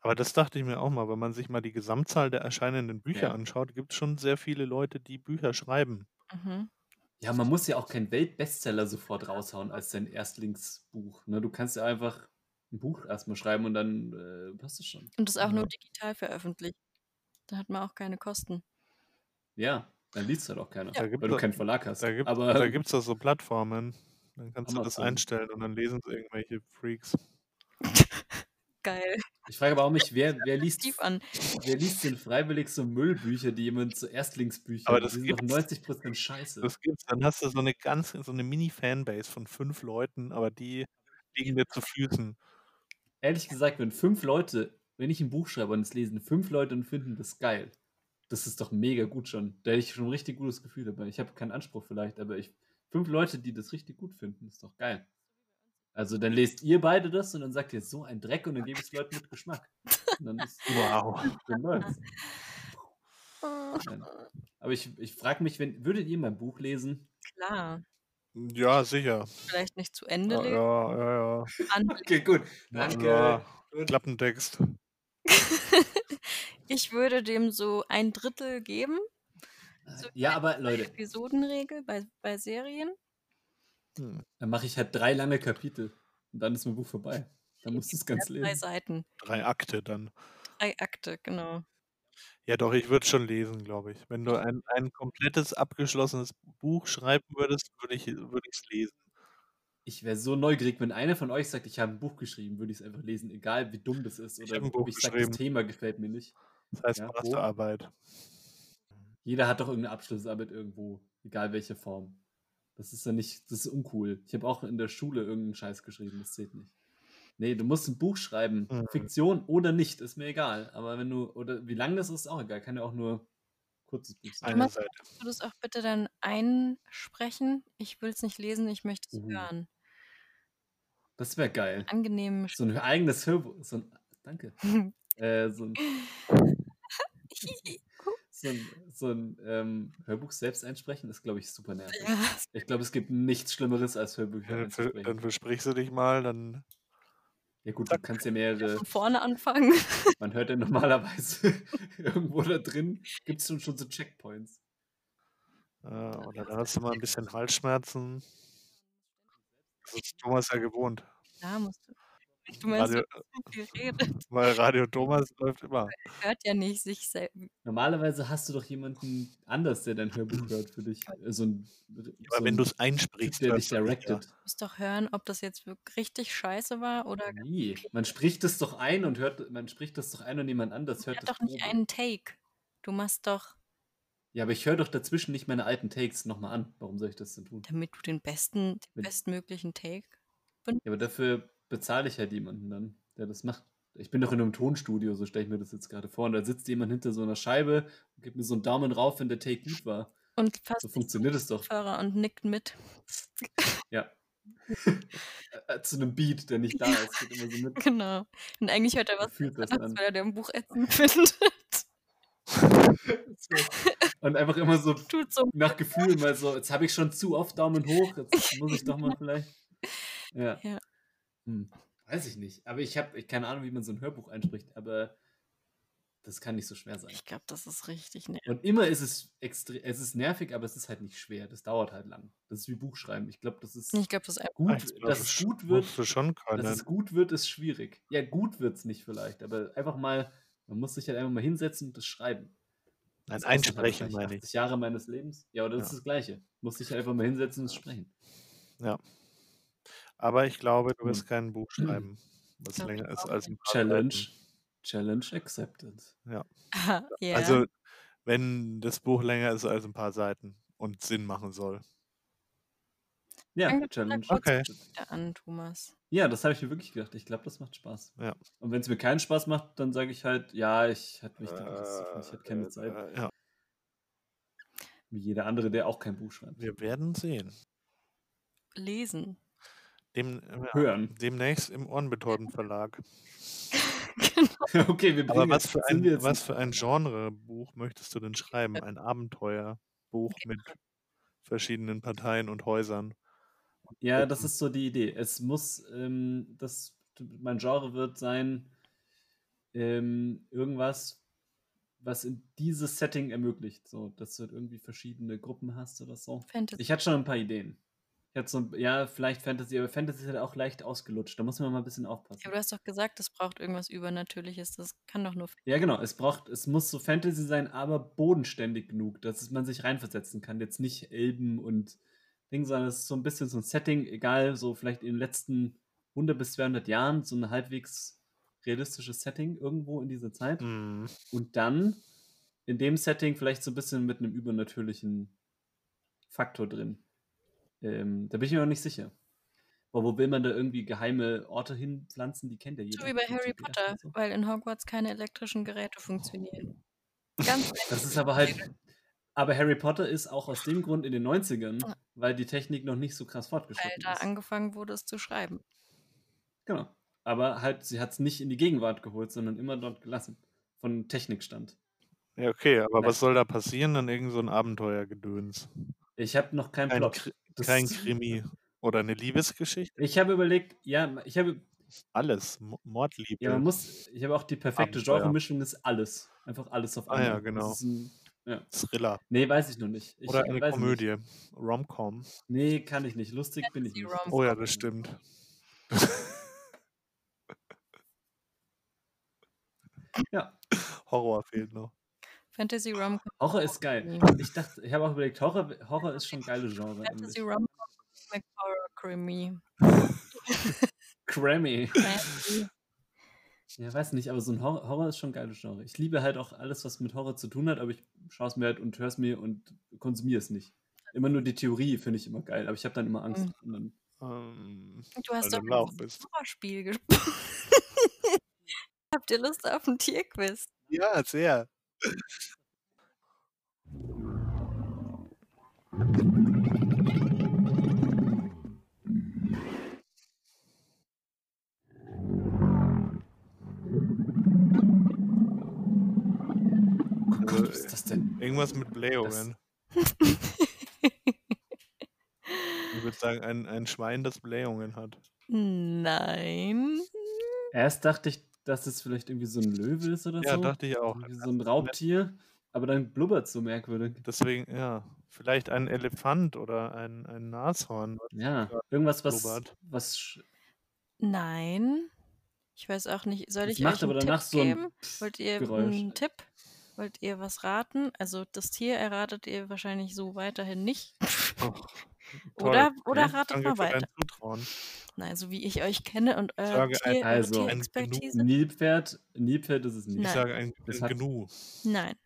Aber das dachte ich mir auch mal, wenn man sich mal die Gesamtzahl der erscheinenden Bücher
Ja.
anschaut, gibt es schon sehr viele Leute, die Bücher schreiben.
Mhm.
Ja, man muss ja auch kein Weltbestseller sofort raushauen als dein Erstlingsbuch. Ne? Du kannst ja einfach ein Buch erstmal schreiben und dann äh, hast du schon.
Und das auch
Ja.
nur digital veröffentlicht. Da hat man auch keine Kosten.
Ja, dann liest halt auch keiner,
Da gibt's
weil du
doch-
keinen Verlag hast.
Da gibt es
aber
da gibt's doch so Plattformen. Dann kannst du das
Amazon.
einstellen und dann lesen es irgendwelche Freaks.
Geil. [laughs]
ich frage aber auch mich, wer, wer, liest,
Tief an.
wer liest denn freiwillig so Müllbücher, die jemand zu Erstlingsbüchern?
Aber das
die sind doch
gibt's.
90% Scheiße.
Das gibt's. Dann hast du so eine ganz, so eine Mini-Fanbase von fünf Leuten, aber die liegen dir zu Füßen.
ehrlich gesagt, wenn fünf Leute, wenn ich ein Buch schreibe und es lesen fünf Leute und finden das geil, das ist doch mega gut schon. Da hätte ich schon ein richtig gutes Gefühl dabei. Ich habe keinen Anspruch vielleicht, aber ich, fünf Leute, die das richtig gut finden, ist doch geil. Also dann lest ihr beide das und dann sagt ihr so ein Dreck und dann gebe ich es Leuten mit Geschmack. Und dann ist
Wow.
dann läuft's.
Oh,
Nein. Aber ich, ich frage mich, wenn, würdet ihr mein Buch lesen?
klar.
Ja, sicher.
Vielleicht nicht zu Ende
Ja,
lesen.
ja, ja. ja.
an-
Okay, gut.
Ja, Klappentext.
ich würde dem so ein Drittel geben.
Ja, aber Leute,
Episodenregel bei, bei Serien.
Hm.
dann mache ich halt drei lange Kapitel und dann ist mein Buch vorbei. Dann musst du es ganz
Drei
lesen.
Seiten.
Drei Akte dann.
Drei Akte, genau.
Ja, doch, ich würde schon lesen, glaube ich. Wenn du ein, ein komplettes, abgeschlossenes Buch schreiben würdest, würde ich es lesen.
Ich wäre so neugierig, wenn einer von euch sagt, ich habe ein Buch geschrieben, würde ich es einfach lesen, egal wie dumm das ist. Oder
hab ein Buch
ob ich sage, das
geschrieben.
Thema gefällt mir nicht.
Das heißt
Ja, wo?
Masterarbeit.
Jeder hat doch irgendeine Abschlussarbeit irgendwo, egal welche Form. Das ist ja nicht, das ist uncool. Ich habe auch in der Schule irgendeinen Scheiß geschrieben, das zählt nicht. Nee, du musst ein Buch schreiben.
Mhm.
Fiktion oder nicht, ist mir egal. Aber wenn du, oder wie lang das ist, ist auch egal. Kann ja auch nur kurzes Buch sein.
Eine
Thomas-
Seite.
Kannst du das auch bitte dann einsprechen? Ich will es nicht lesen, ich möchte es
Mhm.
hören.
Das wäre geil.
Angenehm.
So ein eigenes Hörbuch. So ein, danke. Äh, so ein, so ein, so ein ähm, Hörbuch selbst einsprechen ist, glaube ich, super nervig.
[laughs] ja.
Ich glaube, es gibt nichts Schlimmeres als Hörbücher
Ja, dann, ver dann
einzusprechen.
versprichst du dich mal, dann.
Ja gut, du kannst ja
[laughs]
mehrere,
Von vorne anfangen.
man hört ja normalerweise [laughs] irgendwo da drin, gibt es schon, schon so Checkpoints.
Äh, oder dann hast du mal ein bisschen Halsschmerzen. Das ist Thomas ja gewohnt.
Da musst du. Du meinst,
Radio,
viel redet,
weil Radio Thomas läuft immer.
hört ja nicht sich selbst.
Normalerweise hast du doch jemanden anders, der dein Hörbuch hört für dich. Äh, So ein, so
Aber wenn
ein
du es
Typ,
einsprichst,
der dich
hörst du nicht, ja.
directed.
Du musst doch hören, ob das jetzt wirklich richtig scheiße war oder.
Nee, man spricht es doch ein und hört, man spricht das doch ein und jemand anders hört
Hört
das
doch nicht
Probe.
einen Take. Du machst doch,
Ja, aber ich höre doch dazwischen nicht meine alten Takes nochmal an. Warum soll ich das denn tun?
damit du den besten, den
Wenn-
bestmöglichen Take.
Ja, aber dafür bezahle ich halt jemanden dann, der das macht. Ich bin doch in einem Tonstudio, so stelle ich mir das jetzt gerade vor. Und da sitzt jemand hinter so einer Scheibe und gibt mir so einen Daumen rauf, wenn der Take gut war.
Und fast
So funktioniert es doch.
Kopfhörer und nickt mit. [laughs]
Ja. Äh, Zu einem Beat, der nicht da ist. Geht immer so mit.
Genau. Und eigentlich hört er
Man
was
fühlt das
anderes,
dann.
weil er den Buch ätzend [laughs] findet.
Und einfach immer so
Tut so.
nach Gefühl mal so, jetzt habe ich schon zu oft Daumen hoch, jetzt muss ich doch mal vielleicht. Ja.
Ja.
Hm. Weiß ich nicht. Aber ich habe keine Ahnung, wie man so ein Hörbuch einspricht, aber das kann nicht so schwer sein.
Ich glaube, das ist richtig nett.
Und immer ist es extrem, es ist nervig, aber es ist halt nicht schwer. Das dauert halt lang. Das ist wie Buchschreiben. Ich glaube, das ist
Ich glaube, das ist einfach.
gut,
Ach,
dass
das
es gut wird.
Musst du schon
Dass
können.
es gut wird, ist schwierig. Ja, gut wird es nicht vielleicht, aber einfach mal, man muss sich halt einfach mal hinsetzen und das schreiben.
Nein,
Das kostet halt
einsprechen
wahrscheinlich
meine ich.
80 Jahre meines Lebens. Ja, oder das
Ja.
ist das Gleiche. Muss sich halt einfach mal hinsetzen und es sprechen.
Aber ich glaube, du wirst
Hm.
kein
[clears throat]
Buch schreiben, was
Glaub ich
länger ist
auch
als ein paar
Challenge.
Seiten.
Challenge accepted.
Aha, [laughs] ja.
Also, wenn das Buch länger ist als ein paar Seiten und Sinn machen soll.
Ja,
Fang doch mal
Challenge
kurz
Okay.
accepted.
wieder an, Thomas.
Ja, das habe ich mir wirklich gedacht. Ich glaube, das macht Spaß.
Ja.
Und wenn es mir keinen Spaß macht, dann sage ich halt, ja, ich hatte mich da interessiert, ich hatte keine
Äh,
Zeit.
äh, Ja,
Wie jeder andere, der auch kein Buch schreibt.
wir werden sehen.
Lesen.
Dem, ja,
Hören. [laughs]
demnächst im Ohrenbetäubend Verlag.
okay, wir
Aber
bringen
was für
sind
ein,
wir jetzt
was für ein Genrebuch möchtest du denn schreiben? Ein Abenteuerbuch mit verschiedenen Parteien und Häusern.
Ja, das ist so die Idee. Es muss, ähm, das, mein Genre wird sein, ähm, irgendwas, was in dieses Setting ermöglicht. So, dass du halt irgendwie verschiedene Gruppen hast oder so.
Fantasy.
Ich hatte schon ein paar Ideen. Ich hatte so, ein- ja, vielleicht Fantasy, aber Fantasy ist halt auch leicht ausgelutscht. Da muss man mal ein bisschen aufpassen.
Ja, aber du hast doch gesagt, das braucht irgendwas Übernatürliches. Das kann doch nur.
Ja, genau. Es braucht, es muss so Fantasy sein, aber bodenständig genug, dass es man sich reinversetzen kann. Jetzt nicht Elben und Ding, sondern es ist so ein bisschen so ein Setting, egal, so vielleicht in den letzten 100 bis 200 Jahren, so ein halbwegs realistisches Setting irgendwo in dieser Zeit.
Hm.
Und dann in dem Setting vielleicht so ein bisschen mit einem übernatürlichen Faktor drin. Ähm, da bin ich mir noch nicht sicher. Aber wo will man da irgendwie geheime Orte hinpflanzen? Die kennt ja jeder.
So wie bei
Mit
Harry
GPS und
Potter,
so.
weil in Hogwarts keine elektrischen Geräte funktionieren. Ganz
[laughs] Das ist aber halt. Aber Harry Potter ist auch aus dem Grund in den 90ern, weil die Technik noch nicht so krass
weil
fortgeschritten
da
ist.
angefangen wurde, es zu schreiben.
Genau. Aber halt, sie hat es nicht in die Gegenwart geholt, sondern immer dort gelassen. Von Technikstand.
Ja, okay, aber
Nein.
was soll da passieren? Dann irgend so ein Abenteuergedöns.
Ich habe noch keinen
Kein,
Plot.
Kri
Das-
kein Krimi oder eine Liebesgeschichte?
Ich habe überlegt, ja, ich habe,
Alles. Mo- Mordliebe.
ja, man muss, ich habe auch die perfekte
Abenteuer.
Genre-Mischung ist alles. Einfach alles auf
Ah ja,
einmal.
genau.
Das ist ein, ja.
Thriller.
Nee, weiß ich noch nicht. Ich
Oder eine
weiß Nicht.
Komödie. Rom-Com.
Nee, kann ich nicht. Lustig bin ich nicht.
Fantasy-Rom.
Oh ja, das stimmt.
Ja.
Horror fehlt noch.
Fantasy Rom
Horror ist geil.
Krimi.
Ich dachte, ich habe auch überlegt, Horror, Horror ist schon ein geiles Genre.
Fantasy
eigentlich.
Rom mit Horror Krimi.
Grammy. [laughs]
Fantasy.
Ja, weiß nicht, aber so ein Horror, Horror ist schon ein geiles Genre. Ich liebe halt auch alles, was mit Horror zu tun hat, aber ich schaue es mir halt und höre
Mhm.
es mir und konsumiere es nicht. Immer nur die Theorie finde ich immer geil, aber ich habe dann immer Angst. Und dann
Ähm,
Du hast
Weil
doch
du ein Lauch
ein
bist.
Horrorspiel gespielt. [laughs] Habt ihr Lust auf ein Tierquiz? [laughs]
ja, sehr.
Oh Gott, was
Also,
ist das denn?
Irgendwas mit Blähungen. ich würde sagen, ein, ein Schwein, das Blähungen hat.
Nein.
Erst dachte ich, dass es vielleicht irgendwie so ein Löwe ist oder
Ja,
so.
dachte ich auch.
Irgendwie so ein Raubtier, aber dann blubbert so merkwürdig.
Deswegen, ja. Vielleicht ein Elefant oder ein, ein Nashorn.
Ja, irgendwas, was,
Blubbert.
was sch-
Nein. Ich weiß auch nicht. Soll
das
ich
macht
euch
aber
einen
danach
Tipp
so ein
geben?
Pff
Wollt ihr
Geräusch.
einen Tipp? Wollt ihr was raten? Also das Tier erratet ihr wahrscheinlich so weiterhin nicht. [laughs]
Toll.
Oder- oder
Mhm.
ratet
Danke
mal
für dein
weiter.
Zutrauen.
Nein, so wie ich euch kenne und eure
Sage ein-
Tier,
also,
eure
ein
Tierexpertise.
Nilpferd, Nilpferd ist es nicht.
Ich
Nein.
sage ein,
Das
ein
hat-
Gnu.
Nein,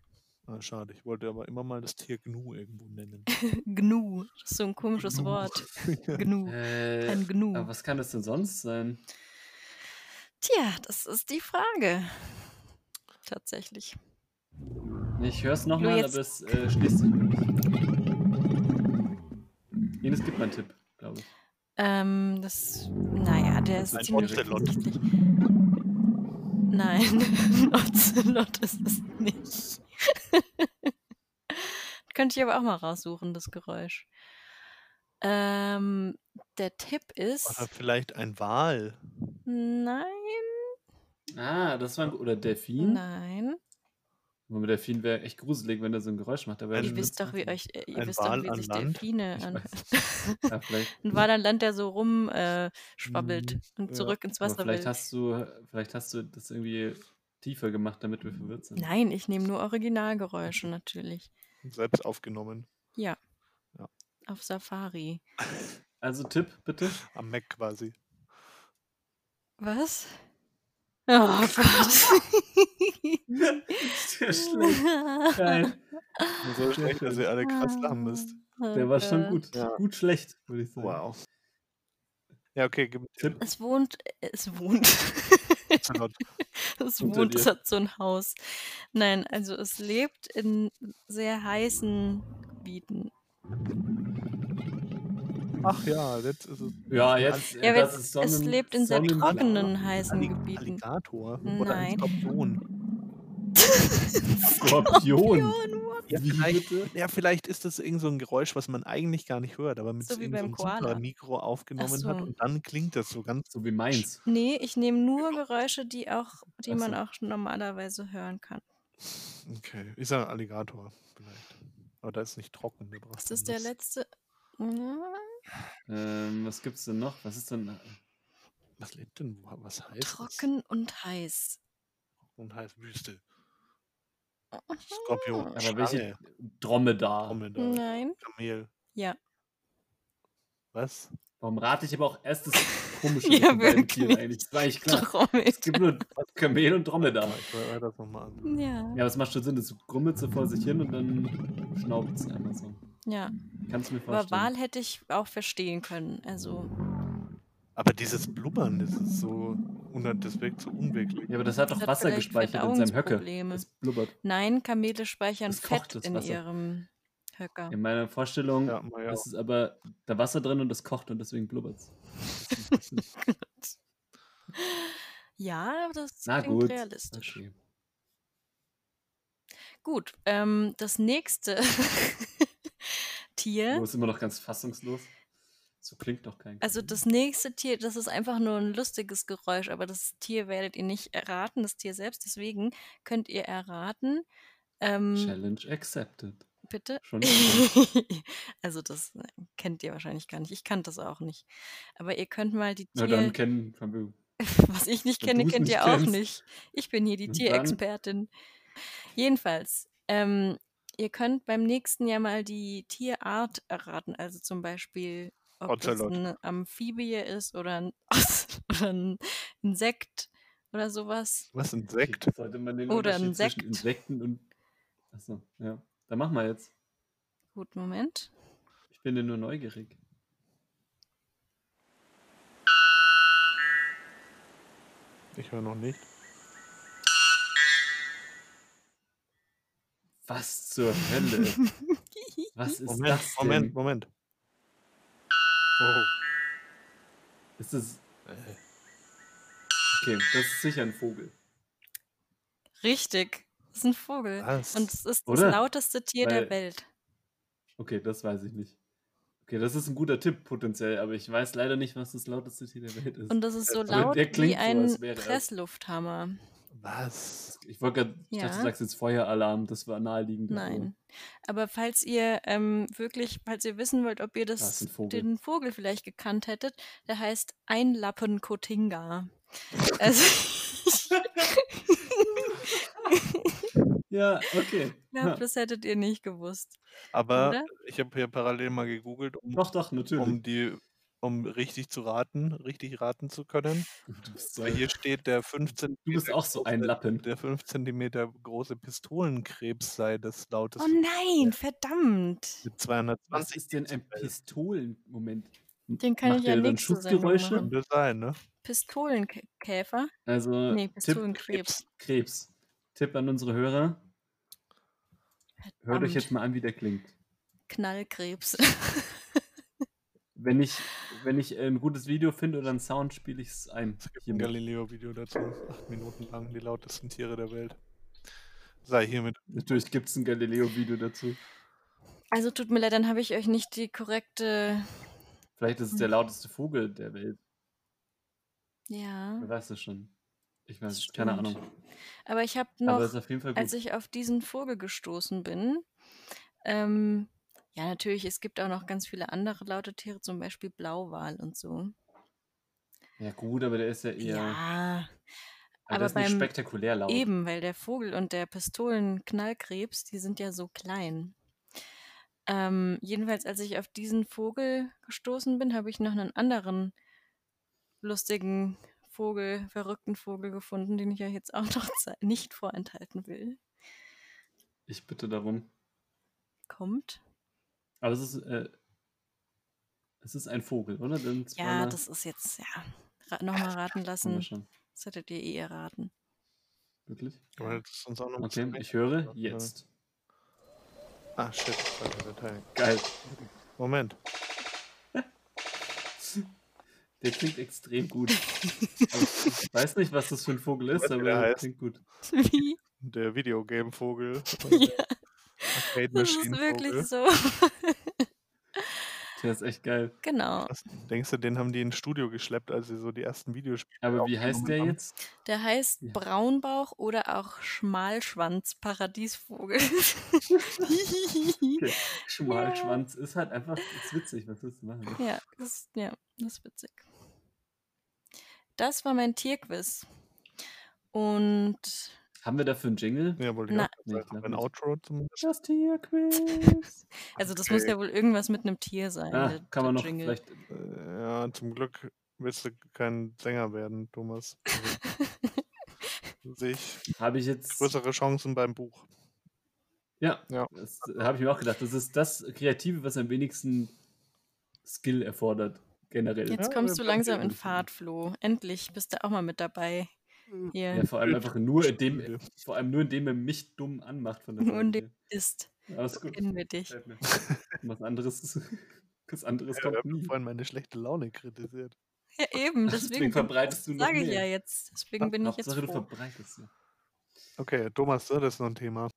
Ah, schade, ich wollte aber immer mal das Tier Gnu irgendwo nennen.
Gnu. Das ist so ein komisches
Gnu.
Wort.
[laughs]
[laughs]
Gnu.
Äh,
Ein Gnu.
Aber was kann das denn sonst sein?
Tja, das ist die Frage. Tatsächlich.
Nee, Ich höre es nochmal,
Nur jetzt-
aber es äh, schließt sich nicht. Ines gibt mal einen Tipp, glaube ich.
Ähm, das. Naja, der ist
Ein
ziemlich
Ocelot.
offensichtlich. Nein, [laughs] ein Ocelot ist es nicht. [laughs] Könnte ich aber auch mal raussuchen, das Geräusch. Ähm, der Tipp
Oder
ist.
vielleicht ein Wal.
Nein,
Ah, das war ein. Oder Delfin?
nein.
Aber mit Delfin wäre echt gruselig, wenn er so ein Geräusch macht. Aber
Ein-
er
Ihr wisst doch, wie euch, ihr
Ein
wisst doch,
Wal
wie
an
sich
Land?
Delfine
Ich
anhören. [laughs]
Ja, vielleicht,
Ein Wal an Land, der so rumschwabbelt äh,
Mhm,
schwabbelt
ja.
und zurück ins
aber
Wasser will.
vielleicht hast du, vielleicht hast du das irgendwie tiefer gemacht, damit wir verwirrt sind.
Nein, ich nehme nur
Mhm.
Originalgeräusche natürlich.
Selbst aufgenommen.
Auf Safari.
Also Tipp, bitte.
Am Mac quasi.
Was? Oh Gott.
[laughs] Sehr [laughs] schlecht. Nein.
So schlecht, dass ihr alle krass lachen müsst.
Oh
Der war schon
Gott.
gut.
Ja.
Gut schlecht, würde ich sagen.
Wow. Ja, okay, gib mir
Tipp.
Tipp.
Es wohnt, es wohnt. [laughs]
Ocelot.
Es
Unter
wohnt,
dir.
es hat so ein Haus. Nein, also es lebt in sehr heißen Gebieten.
Ach ja, jetzt ist es
Ja, jetzt.
Ja,
äh,
aber
das
es,
ist
es
Sonnen-
lebt in sehr
Sonnenblau.
trockenen, heißen
Alli-
Gebieten.
Alligator oder ein
Nein. [laughs]
Skorpion.
Skorpion.
Ja
Wie
vielleicht,
bitte?
ja, vielleicht ist das irgend so ein Geräusch, was man eigentlich gar nicht hört, aber mit
So wie
irgend
beim
so einem
Koala.
super Mikro aufgenommen
so.
hat und dann klingt das so ganz.
So wie meins.
Nee, Ne, ich nehme nur
Genau.
Geräusche, die auch, die
Ach so.
man auch normalerweise hören kann.
Okay, ich sage Alligator vielleicht. Aber da ist nicht trocken. da braucht
Das
man
ist der
das.
letzte. äh, Ja,
Ähm, was gibt's denn noch? Was ist denn. äh,
Was lebt denn? wo- Was heißt
Trocken und heiß.
Und heißt Wüste. Skorpion.
Aber
Aber
Schlange,
welche? Ah. Dromedar.
Dromedar,
Nein.
Kamel.
Ja.
Was?
Warum rate ich aber auch erst das komische
[laughs] Ja,
von beiden Tieren
wirklich.
eigentlich? Das war eigentlich
[laughs]
klar. Es
Trommelt.
gibt nur Kamel und Dromedar.
Ich höre das nochmal an.
Ja.
Ja, aber es macht schon Sinn, es grummelt so vor sich hin und dann schnaubt es einmal so.
Ja.
Kannst du mir
Aber
vorstellen.
Wahl hätte ich auch verstehen können. Also.
Aber dieses Blubbern, das ist so. Und das wirkt so unwirklich.
Ja, aber das hat
Das
doch
hat
Wasser
vielleicht
gespeichert in seinem Höcke.
Verdauungsprobleme.
Das blubbert.
Nein, Kamele speichern
Es kocht
Fett
das
in
Wasser.
ihrem Höcker.
In meiner Vorstellung
Ja, mal ja.
ist es aber da Wasser drin und es kocht und deswegen blubbert
[laughs]
es.
Ja, das
Na
klingt
gut.
realistisch.
Okay.
Gut, ähm, das nächste [laughs]
Du
Tier,
bist immer noch ganz fassungslos. So klingt doch kein.
also das nächste Tier, das ist einfach nur ein lustiges Geräusch, aber das Tier werdet ihr nicht erraten, das Tier selbst, deswegen könnt ihr erraten. Ähm,
Challenge accepted.
bitte. [laughs]
Schon wieder.
also das kennt ihr wahrscheinlich gar nicht. Ich kannte das auch nicht. Aber ihr könnt mal die [laughs]
Na
Tier,
dann kennen haben wir
was ich nicht
wenn
kenne,
du's
kennt
nicht
ihr auch
kennst.
nicht. Ich bin hier die
Na dann.
Tierexpertin. Jedenfalls, ähm, ihr könnt beim nächsten Jahr mal die Tierart erraten. Also zum Beispiel, ob
Ocelot.
das eine Amphibie ist oder ein, [laughs] Os- oder ein Insekt oder sowas.
Was? Insekt?
Sollte man den
Oder
Unterschied
Insekt.
zwischen Insekten und. Achso, ja. Dann machen wir jetzt.
Gut, Moment. [laughs]
Ich bin ja nur neugierig.
Ich höre noch nicht.
Was zur Hölle? Was ist
Moment,
das? Denn?
Moment, Moment. Oh.
Ist das. Okay, das ist sicher ein Vogel.
Richtig. Das ist ein Vogel.
Oh, Was?
Und es ist
Oder?
das lauteste Tier
Weil-
der Welt.
Okay, das weiß ich nicht. Okay, das ist ein guter Tipp potenziell, aber ich weiß leider nicht, was das lauteste Tier der Welt ist.
Und das ist so
Aber
laut
also der klingt
wie
so,
ein
als wäre er-
Presslufthammer.
Was?
ich wollte gerade, ich dachte,
Ja.
du sagst jetzt Feueralarm, das war naheliegend.
Nein. Aber falls ihr ähm, wirklich, falls ihr wissen wollt, ob ihr
Ah, ist
das,
ein Vogel.
den Vogel vielleicht gekannt hättet, der heißt Einlappen-Kotinga. [laughs] Also,
Ja, okay.
ich
Ja.
glaube, das hättet ihr nicht gewusst.
Aber
Oder?
ich habe hier parallel mal gegoogelt, um,
Doch, doch, natürlich.
um die um richtig zu raten, richtig raten zu können.
du, bist so,
Weil hier steht, der 15
Äh, du bist auch so ein Lappen.
der 5 cm große Pistolenkrebs sei das
Oh
lauteste
nein, verdammt.
mit 220.
Was ist denn ein Pistolen? Moment.
Den kann
Macht
ich ja
der dann
nächste Sendung
Schussgeräusche?
machen.
Könnte sein, ne?
Pistolenkäfer?
Also
Nee,
Tipp
Pistolenkrebs.
Krebs. Tipp an unsere Hörer. Hört euch
Verdammt.
jetzt mal an, wie der klingt.
Knallkrebs. [laughs]
Wenn ich, wenn ich äh, ein gutes Video finde oder einen Sound, spiele ich es ein.
Es gibt ein
Hiermit.
Galileo-Video dazu, acht Minuten lang, die lautesten Tiere der Welt. Sei hiermit.
Natürlich gibt es ein Galileo-Video dazu.
Also tut mir leid, dann habe ich euch nicht die korrekte.
Vielleicht ist es
Hm.
der lauteste Vogel der Welt.
Ja.
Wer weiß das schon? Ich weiß,
Das
keine
stimmt.
Ahnung.
Aber ich habe
Aber es
noch,
ist auf jeden Fall gut.
als ich auf diesen Vogel gestoßen bin, ähm, ja, natürlich, es gibt auch noch ganz viele andere laute Tiere, zum Beispiel Blauwal und so.
ja, gut, aber der ist ja eher.
Ja,
aber der
aber
ist nicht
beim-
spektakulär laut.
eben, weil der Vogel und der Pistolenknallkrebs, die sind ja so klein. Ähm, jedenfalls, als ich auf diesen Vogel gestoßen bin, habe ich noch einen anderen lustigen Vogel, verrückten Vogel gefunden, den ich euch jetzt auch noch [laughs] ze- nicht vorenthalten will.
Ich bitte darum.
Kommt.
Aber es ist. Äh, es ist ein Vogel, oder? Denn
Ja, das ist jetzt, ja. Ra nochmal
haben
raten
wir
lassen.
schon.
Das hättet ihr eh erraten. [laughs]
Wirklich?
Weil das ist uns auch noch ein
Okay,
bisschen
ich
eingefallen,
höre
oder?
jetzt.
Ah, shit. falsche Datei.
Geil.
Moment.
Der klingt extrem gut. Also, ich weiß nicht, was das für ein Vogel ist,
Weiß, wie
aber
der
der
heißt.
klingt gut.
Wie?
Der
[laughs]
Videogame-Vogel.
Ja,
Arcade
das ist
Machine
wirklich
Vogel.
so. [laughs]
Der ist echt geil.
Genau.
Denkst du, den haben die ins Studio geschleppt, als sie so die ersten Videospiele
Aber wie heißt
aufgenommen
der
haben?
jetzt?
Der heißt
Ja.
Braunbauch oder auch
[laughs]
Schmalschwanz-Paradiesvogel. [laughs]
Okay. Schmalschwanz ist halt einfach ist witzig, was willst du machen?
ja, das, ja, das ist witzig. Das war mein Tierquiz. Und
Haben wir dafür einen Jingle?
Ja, wollte ich
Na-
auch
Nee, ich
sagen.
glaub
Ein
nicht.
also Outro zum
Das Tierquiz.
also das muss ja wohl irgendwas mit einem Tier sein.
Ah,
der-
kann
der
man noch
Jingle.
vielleicht.
Äh, Ja, zum Glück willst du kein Sänger werden, Thomas.
[laughs]
Also, Sehe ich
Habe ich jetzt.
größere Chancen beim Buch.
Ja,
Ja.
das habe ich mir auch gedacht. Das ist das Kreative, was am wenigsten Skill erfordert, generell.
Jetzt
Ja,
kommst
wir
du
bleiben
langsam in
äh, irgendwie.
Fahrt, Flo. Endlich bist du auch mal mit dabei. Hier
Hm. Ja, vor allem einfach nur in dem,
Idee.
vor allem nur in dem er mich dumm anmacht von der Seite.
Und
her.
ist.
Aber ist gut.
Kennen wir dich.
Gefällt mir. Was anderes ist. [laughs] Was anderes
Ja, ich
kommt
habe
nie.
[laughs]
vorhin meine schlechte Laune kritisiert.
Ja, eben,
[laughs] Deswegen
deswegen
verbreitest du noch
sage ich ja
mehr.
jetzt. Deswegen bin ich jetzt
Hauptsache, du
froh.
verbreitest ja.
Okay, Thomas, so, das ist noch ein Thema.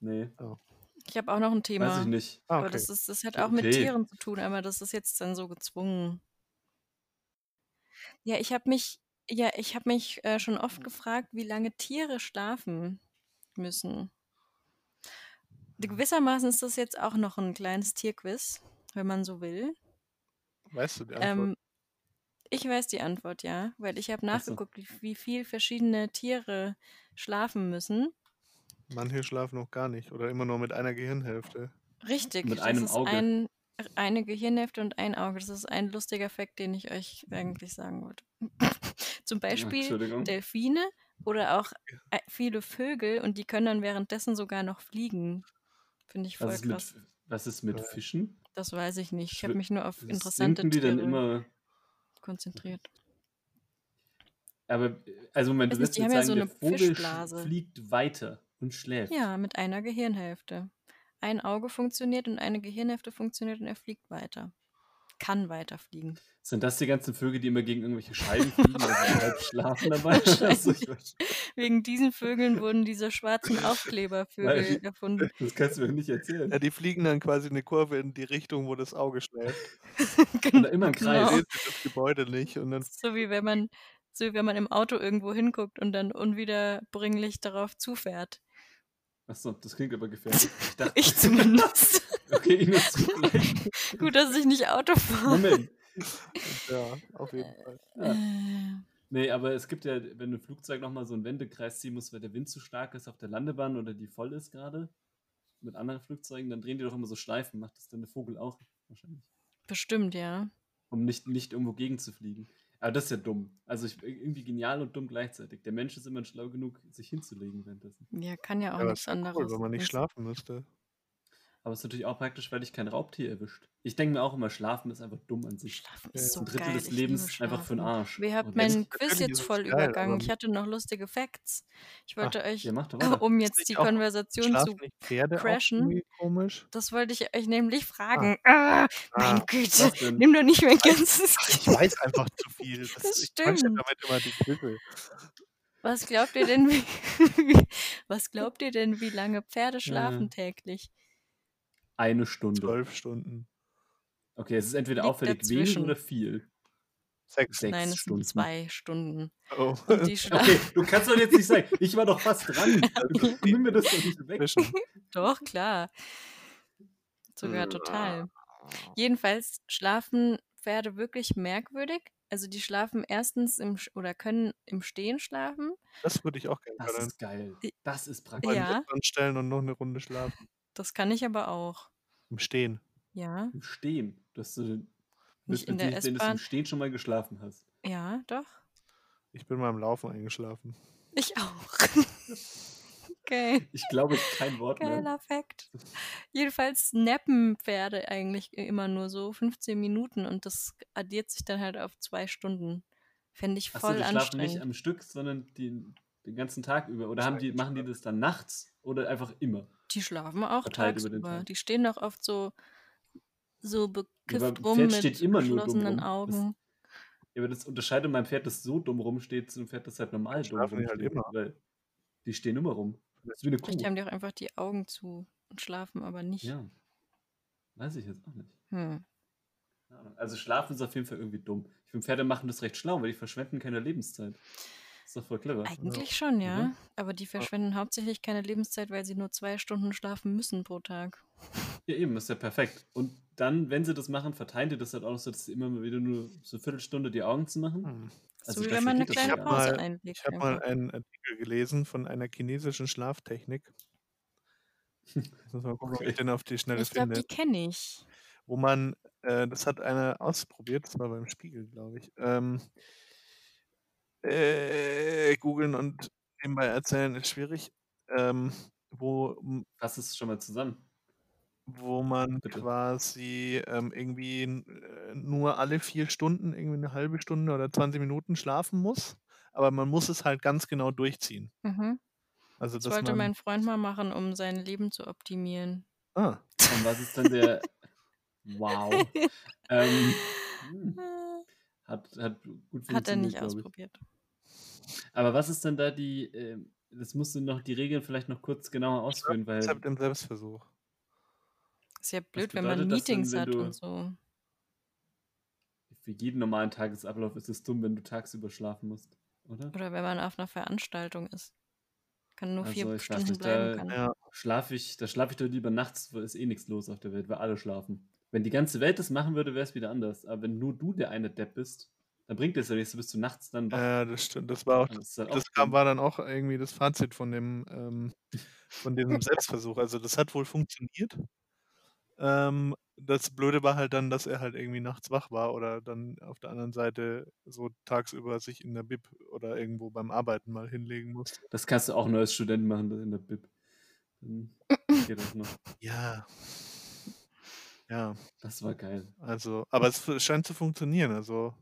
Nee,
Ich habe auch noch ein Thema.
weiß ich nicht.
Ah,
Aber
okay.
das, ist, das hat
Ja,
auch mit
okay.
Tieren zu tun, aber das ist jetzt dann so gezwungen. Ja, ich habe mich, ja, ich habe mich äh, schon oft gefragt, wie lange Tiere schlafen müssen. Gewissermaßen ist das jetzt auch noch ein kleines Tierquiz, wenn man so will.
Weißt du die Antwort?
Ähm, ich weiß die Antwort, ja, weil ich habe
Ach so.
nachgeguckt, wie, wie viel verschiedene Tiere schlafen müssen.
Manche schlafen noch gar nicht oder immer nur mit einer Gehirnhälfte.
Richtig,
Mit
das
einem
ist
Auge.
ein eine Gehirnhälfte und ein Auge. Das ist ein lustiger Fakt, den ich euch eigentlich sagen wollte. [laughs] Zum Beispiel
Entschuldigung.
Delfine oder auch äh, viele Vögel und die können dann währenddessen sogar noch fliegen. Finde ich voll
Was ist,
krass.
mit, was ist mit
Ja.
Fischen?
Das weiß ich nicht. Ich habe
Schwi-
mich nur auf
Sinken
interessante
die
Tiere
dann immer.
konzentriert.
Aber, also Moment, du
Weiß nicht,
willst
die
jetzt
haben ja
sagen,
so
der
eine
Vogel
Fischblase.
sch- fliegt weiter und schläft.
Ja, mit einer Gehirnhälfte. Ein Auge funktioniert und eine Gehirnhälfte funktioniert und er fliegt weiter. Kann weiterfliegen.
Sind das die ganzen Vögel, die immer gegen irgendwelche
[laughs]
Scheiben fliegen und die halb schlafen dabei? [laughs] Also, ich weiß-
Wegen diesen Vögeln wurden diese schwarzen Aufklebervögel
Weil- [laughs]
erfunden. [laughs]
das kannst du mir nicht erzählen.
Ja, die fliegen dann quasi eine Kurve in die Richtung, wo das Auge schläft.
Oder immer im
[laughs]
Kreis.
Genau.
Sehen sie das Gebäude nicht und dann
So wie wenn man, so wie wenn man im Auto irgendwo hinguckt und dann unwiederbringlich darauf zufährt.
Achso, das klingt aber
[laughs]
gefährlich. Ich dachte,
Ich zumindest.
okay, ich muss
[laughs]
zugleich.
Gut, dass ich nicht Auto fahre.
Moment.
ja, auf jeden Fall.
Ja.
Äh,
Nee, aber es gibt ja, wenn ein Flugzeug nochmal so einen Wendekreis ziehen muss, weil der Wind zu stark ist auf der Landebahn oder die voll ist gerade mit anderen Flugzeugen, dann drehen die doch immer so Schleifen. Macht das dann der Vogel auch wahrscheinlich.
bestimmt, ja.
um nicht, nicht irgendwo gegen zu fliegen. Aber das ist ja dumm. Also ich, irgendwie genial und dumm gleichzeitig. Der Mensch ist immer schlau genug, sich hinzulegen währenddessen.
Ja, kann ja auch
Ja, das
nichts
ist ja
anderes.
cool, wenn man nicht
wissen.
schlafen müsste.
Aber es ist natürlich auch praktisch, weil dich kein Raubtier erwischt. Ich denke mir auch immer, schlafen ist einfach dumm an sich.
Schlafen
Ja.
ist so
Ein Drittel
geil.
des
ich liebe
Lebens einfach für den
Schlafen.
Arsch.
Wir haben
Und jetzt-
meinen Quiz
natürlich
jetzt
ist es
voll
geil,
übergangen.
aber-
Ich hatte noch lustige Facts. Ich wollte euch, [laughs]
Ja, macht doch weiter.
um
Ist
jetzt
nicht
die
auch
Konversation zu.
Schlafen nicht Pferde
crashen.
auch irgendwie komisch?
Das wollte ich euch nämlich fragen. Ah, mein
Ah,
Güte,
Was denn?
[laughs] nimm doch nicht mein ganzes
Ich weiß einfach zu
[laughs]
viel. Das,
Das
ich quatsche
stimmt.
damit immer die Quizze.
Was glaubt ihr denn, wie, [laughs] was glaubt ihr denn, wie lange Pferde schlafen täglich?
Eine Stunde.
Zwölf Stunden.
Okay, es ist entweder
Liegt
auffällig wenig
dazwischen.
oder viel.
Sechs.
Sechs
Nein, es
Stunden.
sind zwei Stunden.
Oh. [laughs]
Und die schlafen
Okay, du kannst doch jetzt nicht sagen, ich war doch fast dran.
[laughs]
Also, nimm mir das doch nicht weg.
Zwischen.
doch, klar. Sogar
Mm.
total. Jedenfalls schlafen Pferde wirklich merkwürdig. Also die schlafen erstens im Sch- oder können im Stehen schlafen.
Das würde ich auch gerne
Das
können.
ist geil. Das ist praktisch.
Mal
Ja.
ja. anstellen und noch eine Runde schlafen.
Das kann ich aber auch.
Im Stehen.
Ja,
Im Stehen. Dass du,
Nicht
wirst
in der
natürlich sehen, dass du im
S-Bahn.
Stehen schon mal geschlafen hast.
ja, doch.
Ich bin mal im Laufen eingeschlafen.
Ich auch. [laughs] okay.
Ich glaube kein Wort mehr.
Geiler Fact. Jedenfalls nappen Pferde eigentlich immer nur so 15 Minuten und das addiert sich dann halt auf zwei Stunden. Fände ich
Achso,
voll
die schlafen nicht
anstrengend.
am Stück, sondern die, den ganzen Tag über. Oder haben die, machen die das dann nachts oder einfach immer?
die schlafen auch
verteilt über den
tagsüber.
Tag.
Die stehen doch oft so, so
Ja, aber
bekifft
ein
rum
Pferd
mit
steht immer nur dumm
geschlossenen
rum. Das-
Augen.
Ja, aber das unterscheidet mein Pferd, das so dumm rumsteht, zu einem Pferd, das halt normal dumm
schlafen die
rumsteht.
halt immer.
Weil die stehen immer rum. Das ist wie eine Kuh.
Vielleicht haben die auch einfach die Augen zu und schlafen aber nicht.
Ja. Weiß ich jetzt auch nicht.
Hm.
Keine Ahnung. Also schlafen ist auf jeden Fall irgendwie dumm. Ich finde, Pferde machen das recht schlau, weil die verschwenden keine Lebenszeit. Ist doch voll clever.
Eigentlich schon, ja.
Mhm.
Aber die verschwenden hauptsächlich keine Lebenszeit, weil sie nur zwei Stunden schlafen müssen pro Tag.
Ja, eben, ist ja perfekt. Und dann, wenn sie das machen, verteilen die das halt auch noch so, dass sie immer mal wieder nur so eine Viertelstunde die Augen zu machen.
Hm.
Also
so wie
dafür
wenn man eine
geht das
kleine
ja.
Pause
Mal-
einlegt.
Ich habe
einfach.
mal einen Artikel gelesen von einer chinesischen Schlaftechnik. Ich muss mal gucken, ob
Okay.
ich den auf die Schnelle
Ich glaube,
finde.
die kenne ich.
wo man, äh, das hat einer ausprobiert, das war beim Spiegel, glaube ich, ähm, äh, googeln und nebenbei erzählen ist schwierig, ähm, wo, m-
Fass es schon mal zusammen.
wo man
Bitte.
quasi ähm, irgendwie n- äh, nur alle vier Stunden, irgendwie eine halbe Stunde oder 20 Minuten schlafen muss, aber man muss es halt ganz genau durchziehen.
Mhm.
Also,
Das
dass
wollte
man,
mein Freund mal machen, um sein Leben zu optimieren.
ah,
Und was ist dann
[laughs]
der. wow. Ähm, hm, hat, hat gut funktioniert.
Hat er nicht
glaub ich.
ausprobiert.
Aber was ist dann da die. ähm, das musst du noch die Regeln vielleicht noch kurz genauer ausführen, weil.
deshalb im Selbstversuch.
Ist ja blöd, wenn
bedeutet
man
das denn,
Meetings
wenn
hat
du-
und so.
Für jeden normalen Tagesablauf ist es dumm, wenn du tagsüber schlafen musst, oder?
Oder wenn man auf einer Veranstaltung ist. Kann nur
Also,
vier
ich weiß
Stunden
nicht,
bleiben.
da-
Kann.
Ja,
Schlaf ich, da schlafe ich doch lieber nachts, weil ist eh nichts los auf der Welt, weil alle schlafen. Wenn die ganze Welt das machen würde, wäre es wieder anders. Aber wenn nur du der eine Depp bist, dann bringt es ja nichts, du bist du nachts dann wach.
äh, das stimmt, das war auch
das ist halt
das
auch
kam,
dumm.
war dann auch irgendwie das Fazit von dem, ähm, von dem Selbstversuch. Also das hat wohl funktioniert. Ähm, das Blöde war halt dann, dass er halt irgendwie nachts wach war oder dann auf der anderen Seite so tagsüber sich in der Bib oder irgendwo beim Arbeiten mal hinlegen musste.
Das kannst du auch nur als Student machen in der Bib. Dann geht das noch.
Ja. Ja,
Das war geil.
also, aber es f- scheint zu funktionieren. Also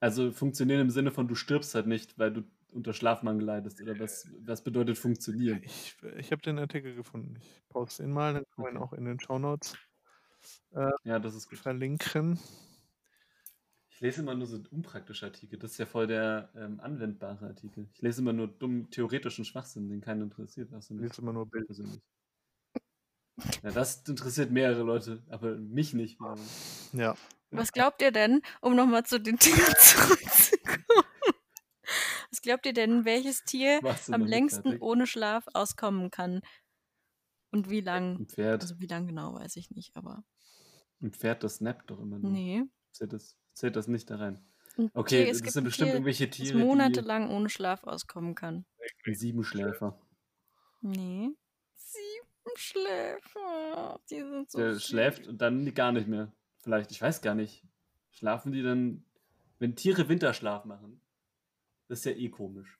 Also funktionieren im Sinne von, du stirbst halt nicht, weil du unter Schlafmangel leidest. Oder was, was bedeutet funktionieren?
Ich, ich habe den Artikel gefunden. Ich poste ihn mal, dann kann man ihn
Okay.
auch in den Shownotes
Ja, das ist gut.
verlinken.
Ich lese immer nur so unpraktische Artikel. Das ist ja voll der ähm, anwendbare Artikel. Ich lese immer nur dummen theoretischen Schwachsinn, den keinen interessiert. Außer mich
Jetzt immer nur Bild.
persönlich. Ja, das interessiert mehrere Leute, aber mich nicht. wiederum.
Ja.
Was glaubt ihr denn, um nochmal zu den [laughs] Tieren zurückzukommen? Was glaubt ihr denn, welches Tier
Warst du
am
noch nicht
längsten
fertig?
ohne Schlaf auskommen kann? Und wie lang?
Ein Pferd.
Also wie lang genau, weiß ich nicht, aber
Ein Pferd, das snappt doch immer nur.
nee.
Zählt, das, zählt das nicht da rein.
Ein
Mhm. Okay,
Tier- es
das
gibt
sind
ein
bestimmt
Tier,
irgendwelche
das
Tiere,
monatelang ohne Schlaf auskommen kann.
die Siebenschläfer.
Nee. Sieben Schläfer. Die sind so
Der
süß.
schläft und dann gar nicht mehr. Vielleicht, ich weiß gar nicht. Schlafen die dann, wenn Tiere Winterschlaf machen? Das ist ja eh komisch.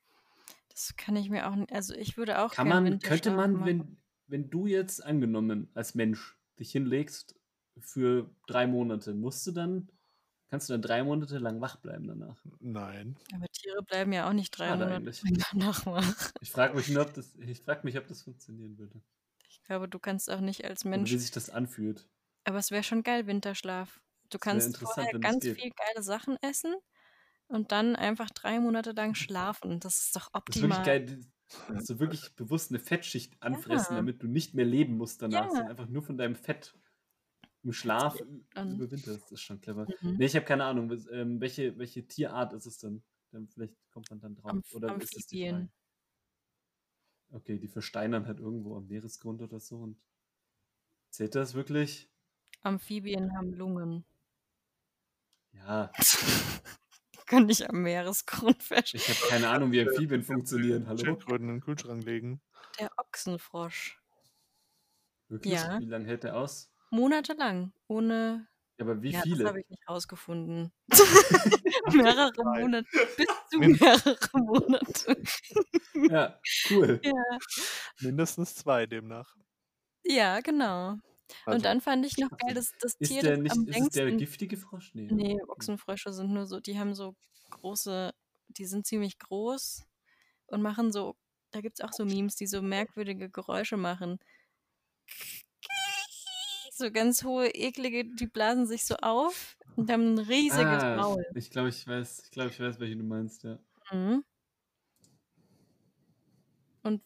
Das kann ich mir auch nicht. Also ich würde auch
Kann
gern
man,
Winterschlaf
könnte man,
machen.
wenn, wenn du jetzt angenommen als Mensch dich hinlegst für drei Monate, musst du dann, kannst du dann drei Monate lang wach bleiben danach?
Nein.
Aber Tiere bleiben ja auch nicht drei
Schade
Monate [laughs]
eigentlich.
danach wach.
Ich frage mich nur, ob das, ich frag mich, ob das funktionieren würde.
Ich glaube, du kannst auch nicht als
Und
Mensch.
wie sich das anfühlt.
Aber es wäre schon geil, Winterschlaf. Du
wär
kannst
interessant,
vorher
wenn das
ganz
geht.
viel geile Sachen essen und dann einfach drei Monate lang schlafen. Das ist doch
Das ist wirklich
optimal.
geil, die- dass du wirklich bewusst eine Fettschicht anfressen,
Ja.
damit du nicht mehr leben musst danach,
Ja.
sondern einfach nur von deinem Fett im Schlaf
an.
überwinterst. Das ist schon clever.
Mhm.
Nee, ich habe keine Ahnung, was- ähm, welche, welche Tierart ist es denn? Dann vielleicht kommt man dann drauf.
Amph-
Oder ist es die Frage?
Amphibien.
Okay, die versteinern halt irgendwo am Meeresgrund oder so und zählt das wirklich?
Amphibien haben Lungen. [laughs]
Ja,
Kann ich am Meeresgrund [laughs] feststellen.
ich habe keine Ahnung, wie Amphibien
[laughs]
funktionieren. Hallo?
Schildkröten in den Kühlschrank legen.
Der Ochsenfrosch.
Wirklich?
Ja.
Wie lange hält der aus?
Monatelang. Ohne.
Ja, Aber wie
ja, das
viele?
habe ich nicht
[laughs]
rausgefunden. [laughs] mehrere
Nein.
Monate. Bis zu
Mindestens.
mehrere Monate.
Ja,
[laughs]
cool.
Ja.
Mindestens zwei demnach.
Ja, genau.
Also,
und dann fand ich noch
Schwachsinn.
geil, dass das Tier,
Ist der
das
nicht,
am
ist es der Hm.
längsten
giftige Frosch? Nee.
Nee, Ochsenfrösche sind nur so, die haben so große, die sind ziemlich groß und machen so, da gibt es auch so Memes, die so merkwürdige Geräusche machen. So ganz hohe, eklige, die blasen sich so auf und haben ein riesiges
Ah,
Maul.
Ich glaube, ich weiß, ich glaube, ich weiß, welche du meinst, ja.
Mhm.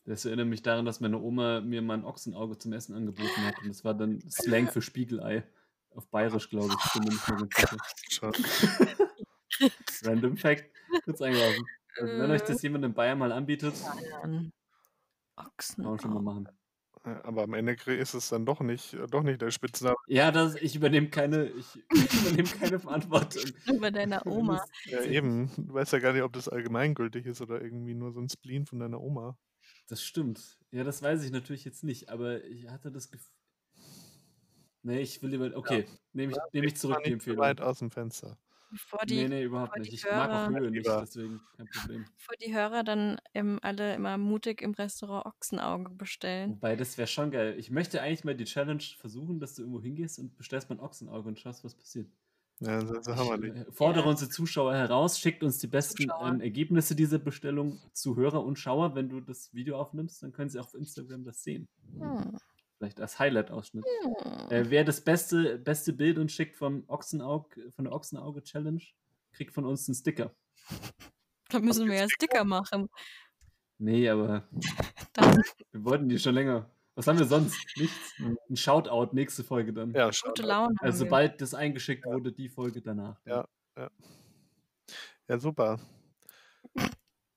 Das erinnert mich daran, dass meine Oma mir mal ein Ochsenauge zum Essen angeboten hat. Und das war dann Slang für Spiegelei. Auf Bayerisch, glaube ich. Ich bin mir nicht mehr ganz sicher.
schon.
Random Fact. Kurz eingeworfen. Also, wenn euch das jemand in Bayern mal anbietet, kann
Dann Ochsen.
man schon mal machen.
Ja, äh, Aber am Ende krie- ist es dann doch nicht, äh, doch nicht der Spitzname.
Ja, das, ich übernehme keine, ich, ich übernehme keine Verantwortung. [laughs]
Über deiner Oma.
Ja, eben. Du weißt ja gar nicht, ob das allgemeingültig ist oder irgendwie nur so ein Spleen von deiner Oma.
Das stimmt. Ja, das weiß ich natürlich jetzt nicht, aber ich hatte das Gefühl. Nee, ich will lieber. Okay, nehme ich, nehm ich zurück
War
die
nicht so
Empfehlung.
weit aus dem Fenster.
Bevor die
Nee, nee, überhaupt
aber
nicht.
die
Ich mag auch
Hörer-
Höhe nicht,
Lieber-
deswegen kein Problem.
bevor die Hörer dann ähm, alle immer mutig im Restaurant Ochsenauge bestellen.
Wobei, das wäre schon geil. Ich möchte eigentlich mal die Challenge versuchen, dass du irgendwo hingehst und bestellst mal ein Ochsenauge und schaust, was passiert.
Ja, das ist ja
Ich,
hammerlich.
äh, fordere unsere Zuschauer heraus, schickt uns die besten
Zuschauer.
ähm, Ergebnisse dieser Bestellung zu Hörer und Schauer. Wenn du das Video aufnimmst, dann können sie auf Instagram das sehen.
Hm.
Vielleicht als Highlight-Ausschnitt.
Hm.
Mhm. Äh, wer das beste, beste Bild uns schickt vom Ochsenaug, von der Ochsenauge-Challenge, kriegt von uns einen Sticker.
Da müssen wir ja Sticker [laughs] machen.
Nee, aber
Dann
wir wollten die schon länger. Was haben wir sonst? Nichts. Ein Shoutout nächste Folge dann.
Ja, schon.
gute Laune. haben
Also
[laughs] wir.
sobald das eingeschickt wurde, die Folge danach.
Ja. Ja,
[laughs]
super.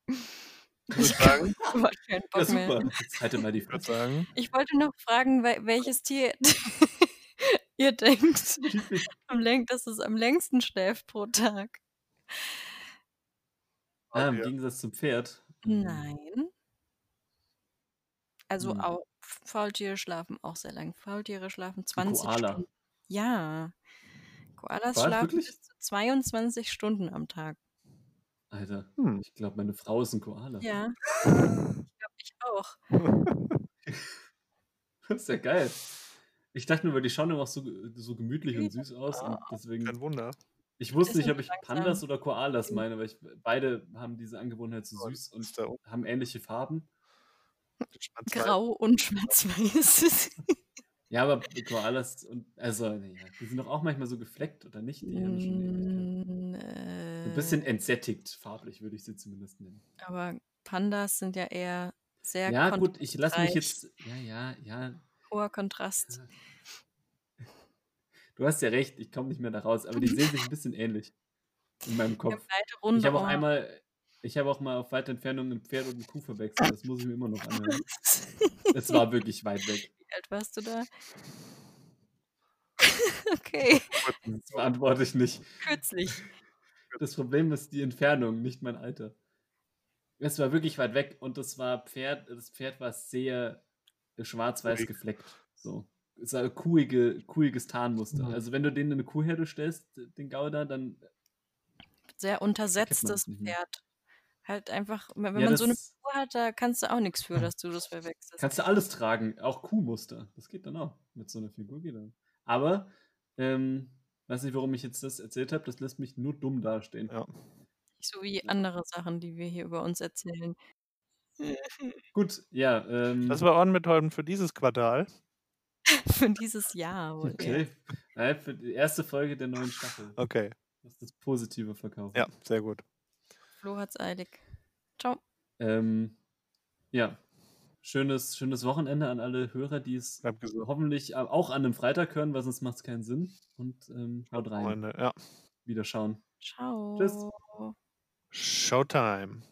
Ich würde
ich
sagen,
hab keinen
Ja,
Bock mehr.
super. Jetzt halte mal die
ich würde
Fresse.
sagen,
Ich wollte noch fragen, wel- welches Tier [laughs] ihr [laughs] denkt,
Schieb mich.
am läng dass es am längsten schläft pro Tag.
Ah, Im
Ja.
Gegensatz zum Pferd. ähm,
Nein. Also
Hm.
auch Faultiere schlafen auch sehr lang. Faultiere schlafen
ein
20
Koala.
Stunden. Ja. Koalas
Was,
schlafen
wirklich?
bis zu 22 Stunden am Tag.
Alter,
hm.
ich glaube, meine Frau ist ein Koala.
Ja. Ich glaube, ich auch.
Das [laughs] ist ja geil. Ich dachte nur, weil die schauen immer auch so, so gemütlich und süß aus. Und
kein
deswegen
Wunder.
Ich wusste
Ist
nicht,
ein
ob ich
langsam. Mhm.
Pandas oder Koalas meine, weil ich, beide haben diese Angewohnheit zu
Toll.
süß und
Ist da oben
haben ähnliche Farben.
schwarz-weiß.
Grau und [laughs] schwarz-weiß.
Ja, aber Koalas und also, naja, die sind doch auch manchmal so gefleckt oder nicht? Die haben schon Ähnlichkeit.
Mm,
ein
äh,
bisschen entsättigt farblich, würde ich sie zumindest nennen.
aber Pandas sind ja eher sehr
Ja,
kon-
gut, ich lasse mich
kontrastreich.
jetzt. Ja, ja, ja.
hoher Kontrast.
Du hast ja recht, ich komme nicht mehr da raus, aber
[laughs]
die sehen sich ein bisschen ähnlich in meinem
Eine
Kopf.
breite Runde.
Ich habe auch
Ohren.
einmal, ich habe auch mal auf weite Entfernung ein Pferd und ein Kuh verwechselt. Das muss ich mir immer noch anhören.
[laughs]
Es war wirklich weit weg.
[laughs] Wie alt warst du da? [laughs] okay,
Das beantworte ich nicht.
kürzlich.
Das Problem ist die Entfernung, nicht mein Alter. Es war wirklich weit weg und das war Pferd, das Pferd war sehr schwarz-weiß
Kuhig.
gefleckt. So. Es war ein kuhige, kuhiges Tarnmuster.
Mhm.
Also wenn du denen eine Kuhherde stellst, den Gauder, dann.
Sehr untersetztes
nicht mehr.
Pferd. Halt einfach, wenn wenn
ja,
man
das
so eine Kuh hat, da kannst du auch nichts für, dass du das verwechselst.
kannst du alles tragen, auch Kuhmuster. Das geht dann auch. Mit so einer Figur geht das. Aber, ähm, weiß nicht, warum ich jetzt das erzählt habe, das lässt mich nur dumm dastehen.
Ja.
Nicht so wie andere Sachen, die wir hier über uns erzählen. [laughs]
Gut, ja. Ähm,
Das war ohrenbetäubend für dieses Quartal.
Für dieses Jahr. wohl eher.
okay. Äh, Für die erste Folge der neuen Staffel.
Okay,
Das ist das Positive verkaufen.
ja, sehr gut.
Flo hat's eilig. Ciao.
Ähm, ja. Schönes, schönes Wochenende an alle Hörer, die es
Bleib gesund.
hoffentlich äh, auch an einem Freitag hören, weil sonst macht es keinen Sinn. Und ähm, haut rein.
Freunde. Ja.
Wieder schauen.
Ciao.
Tschüss.
Showtime.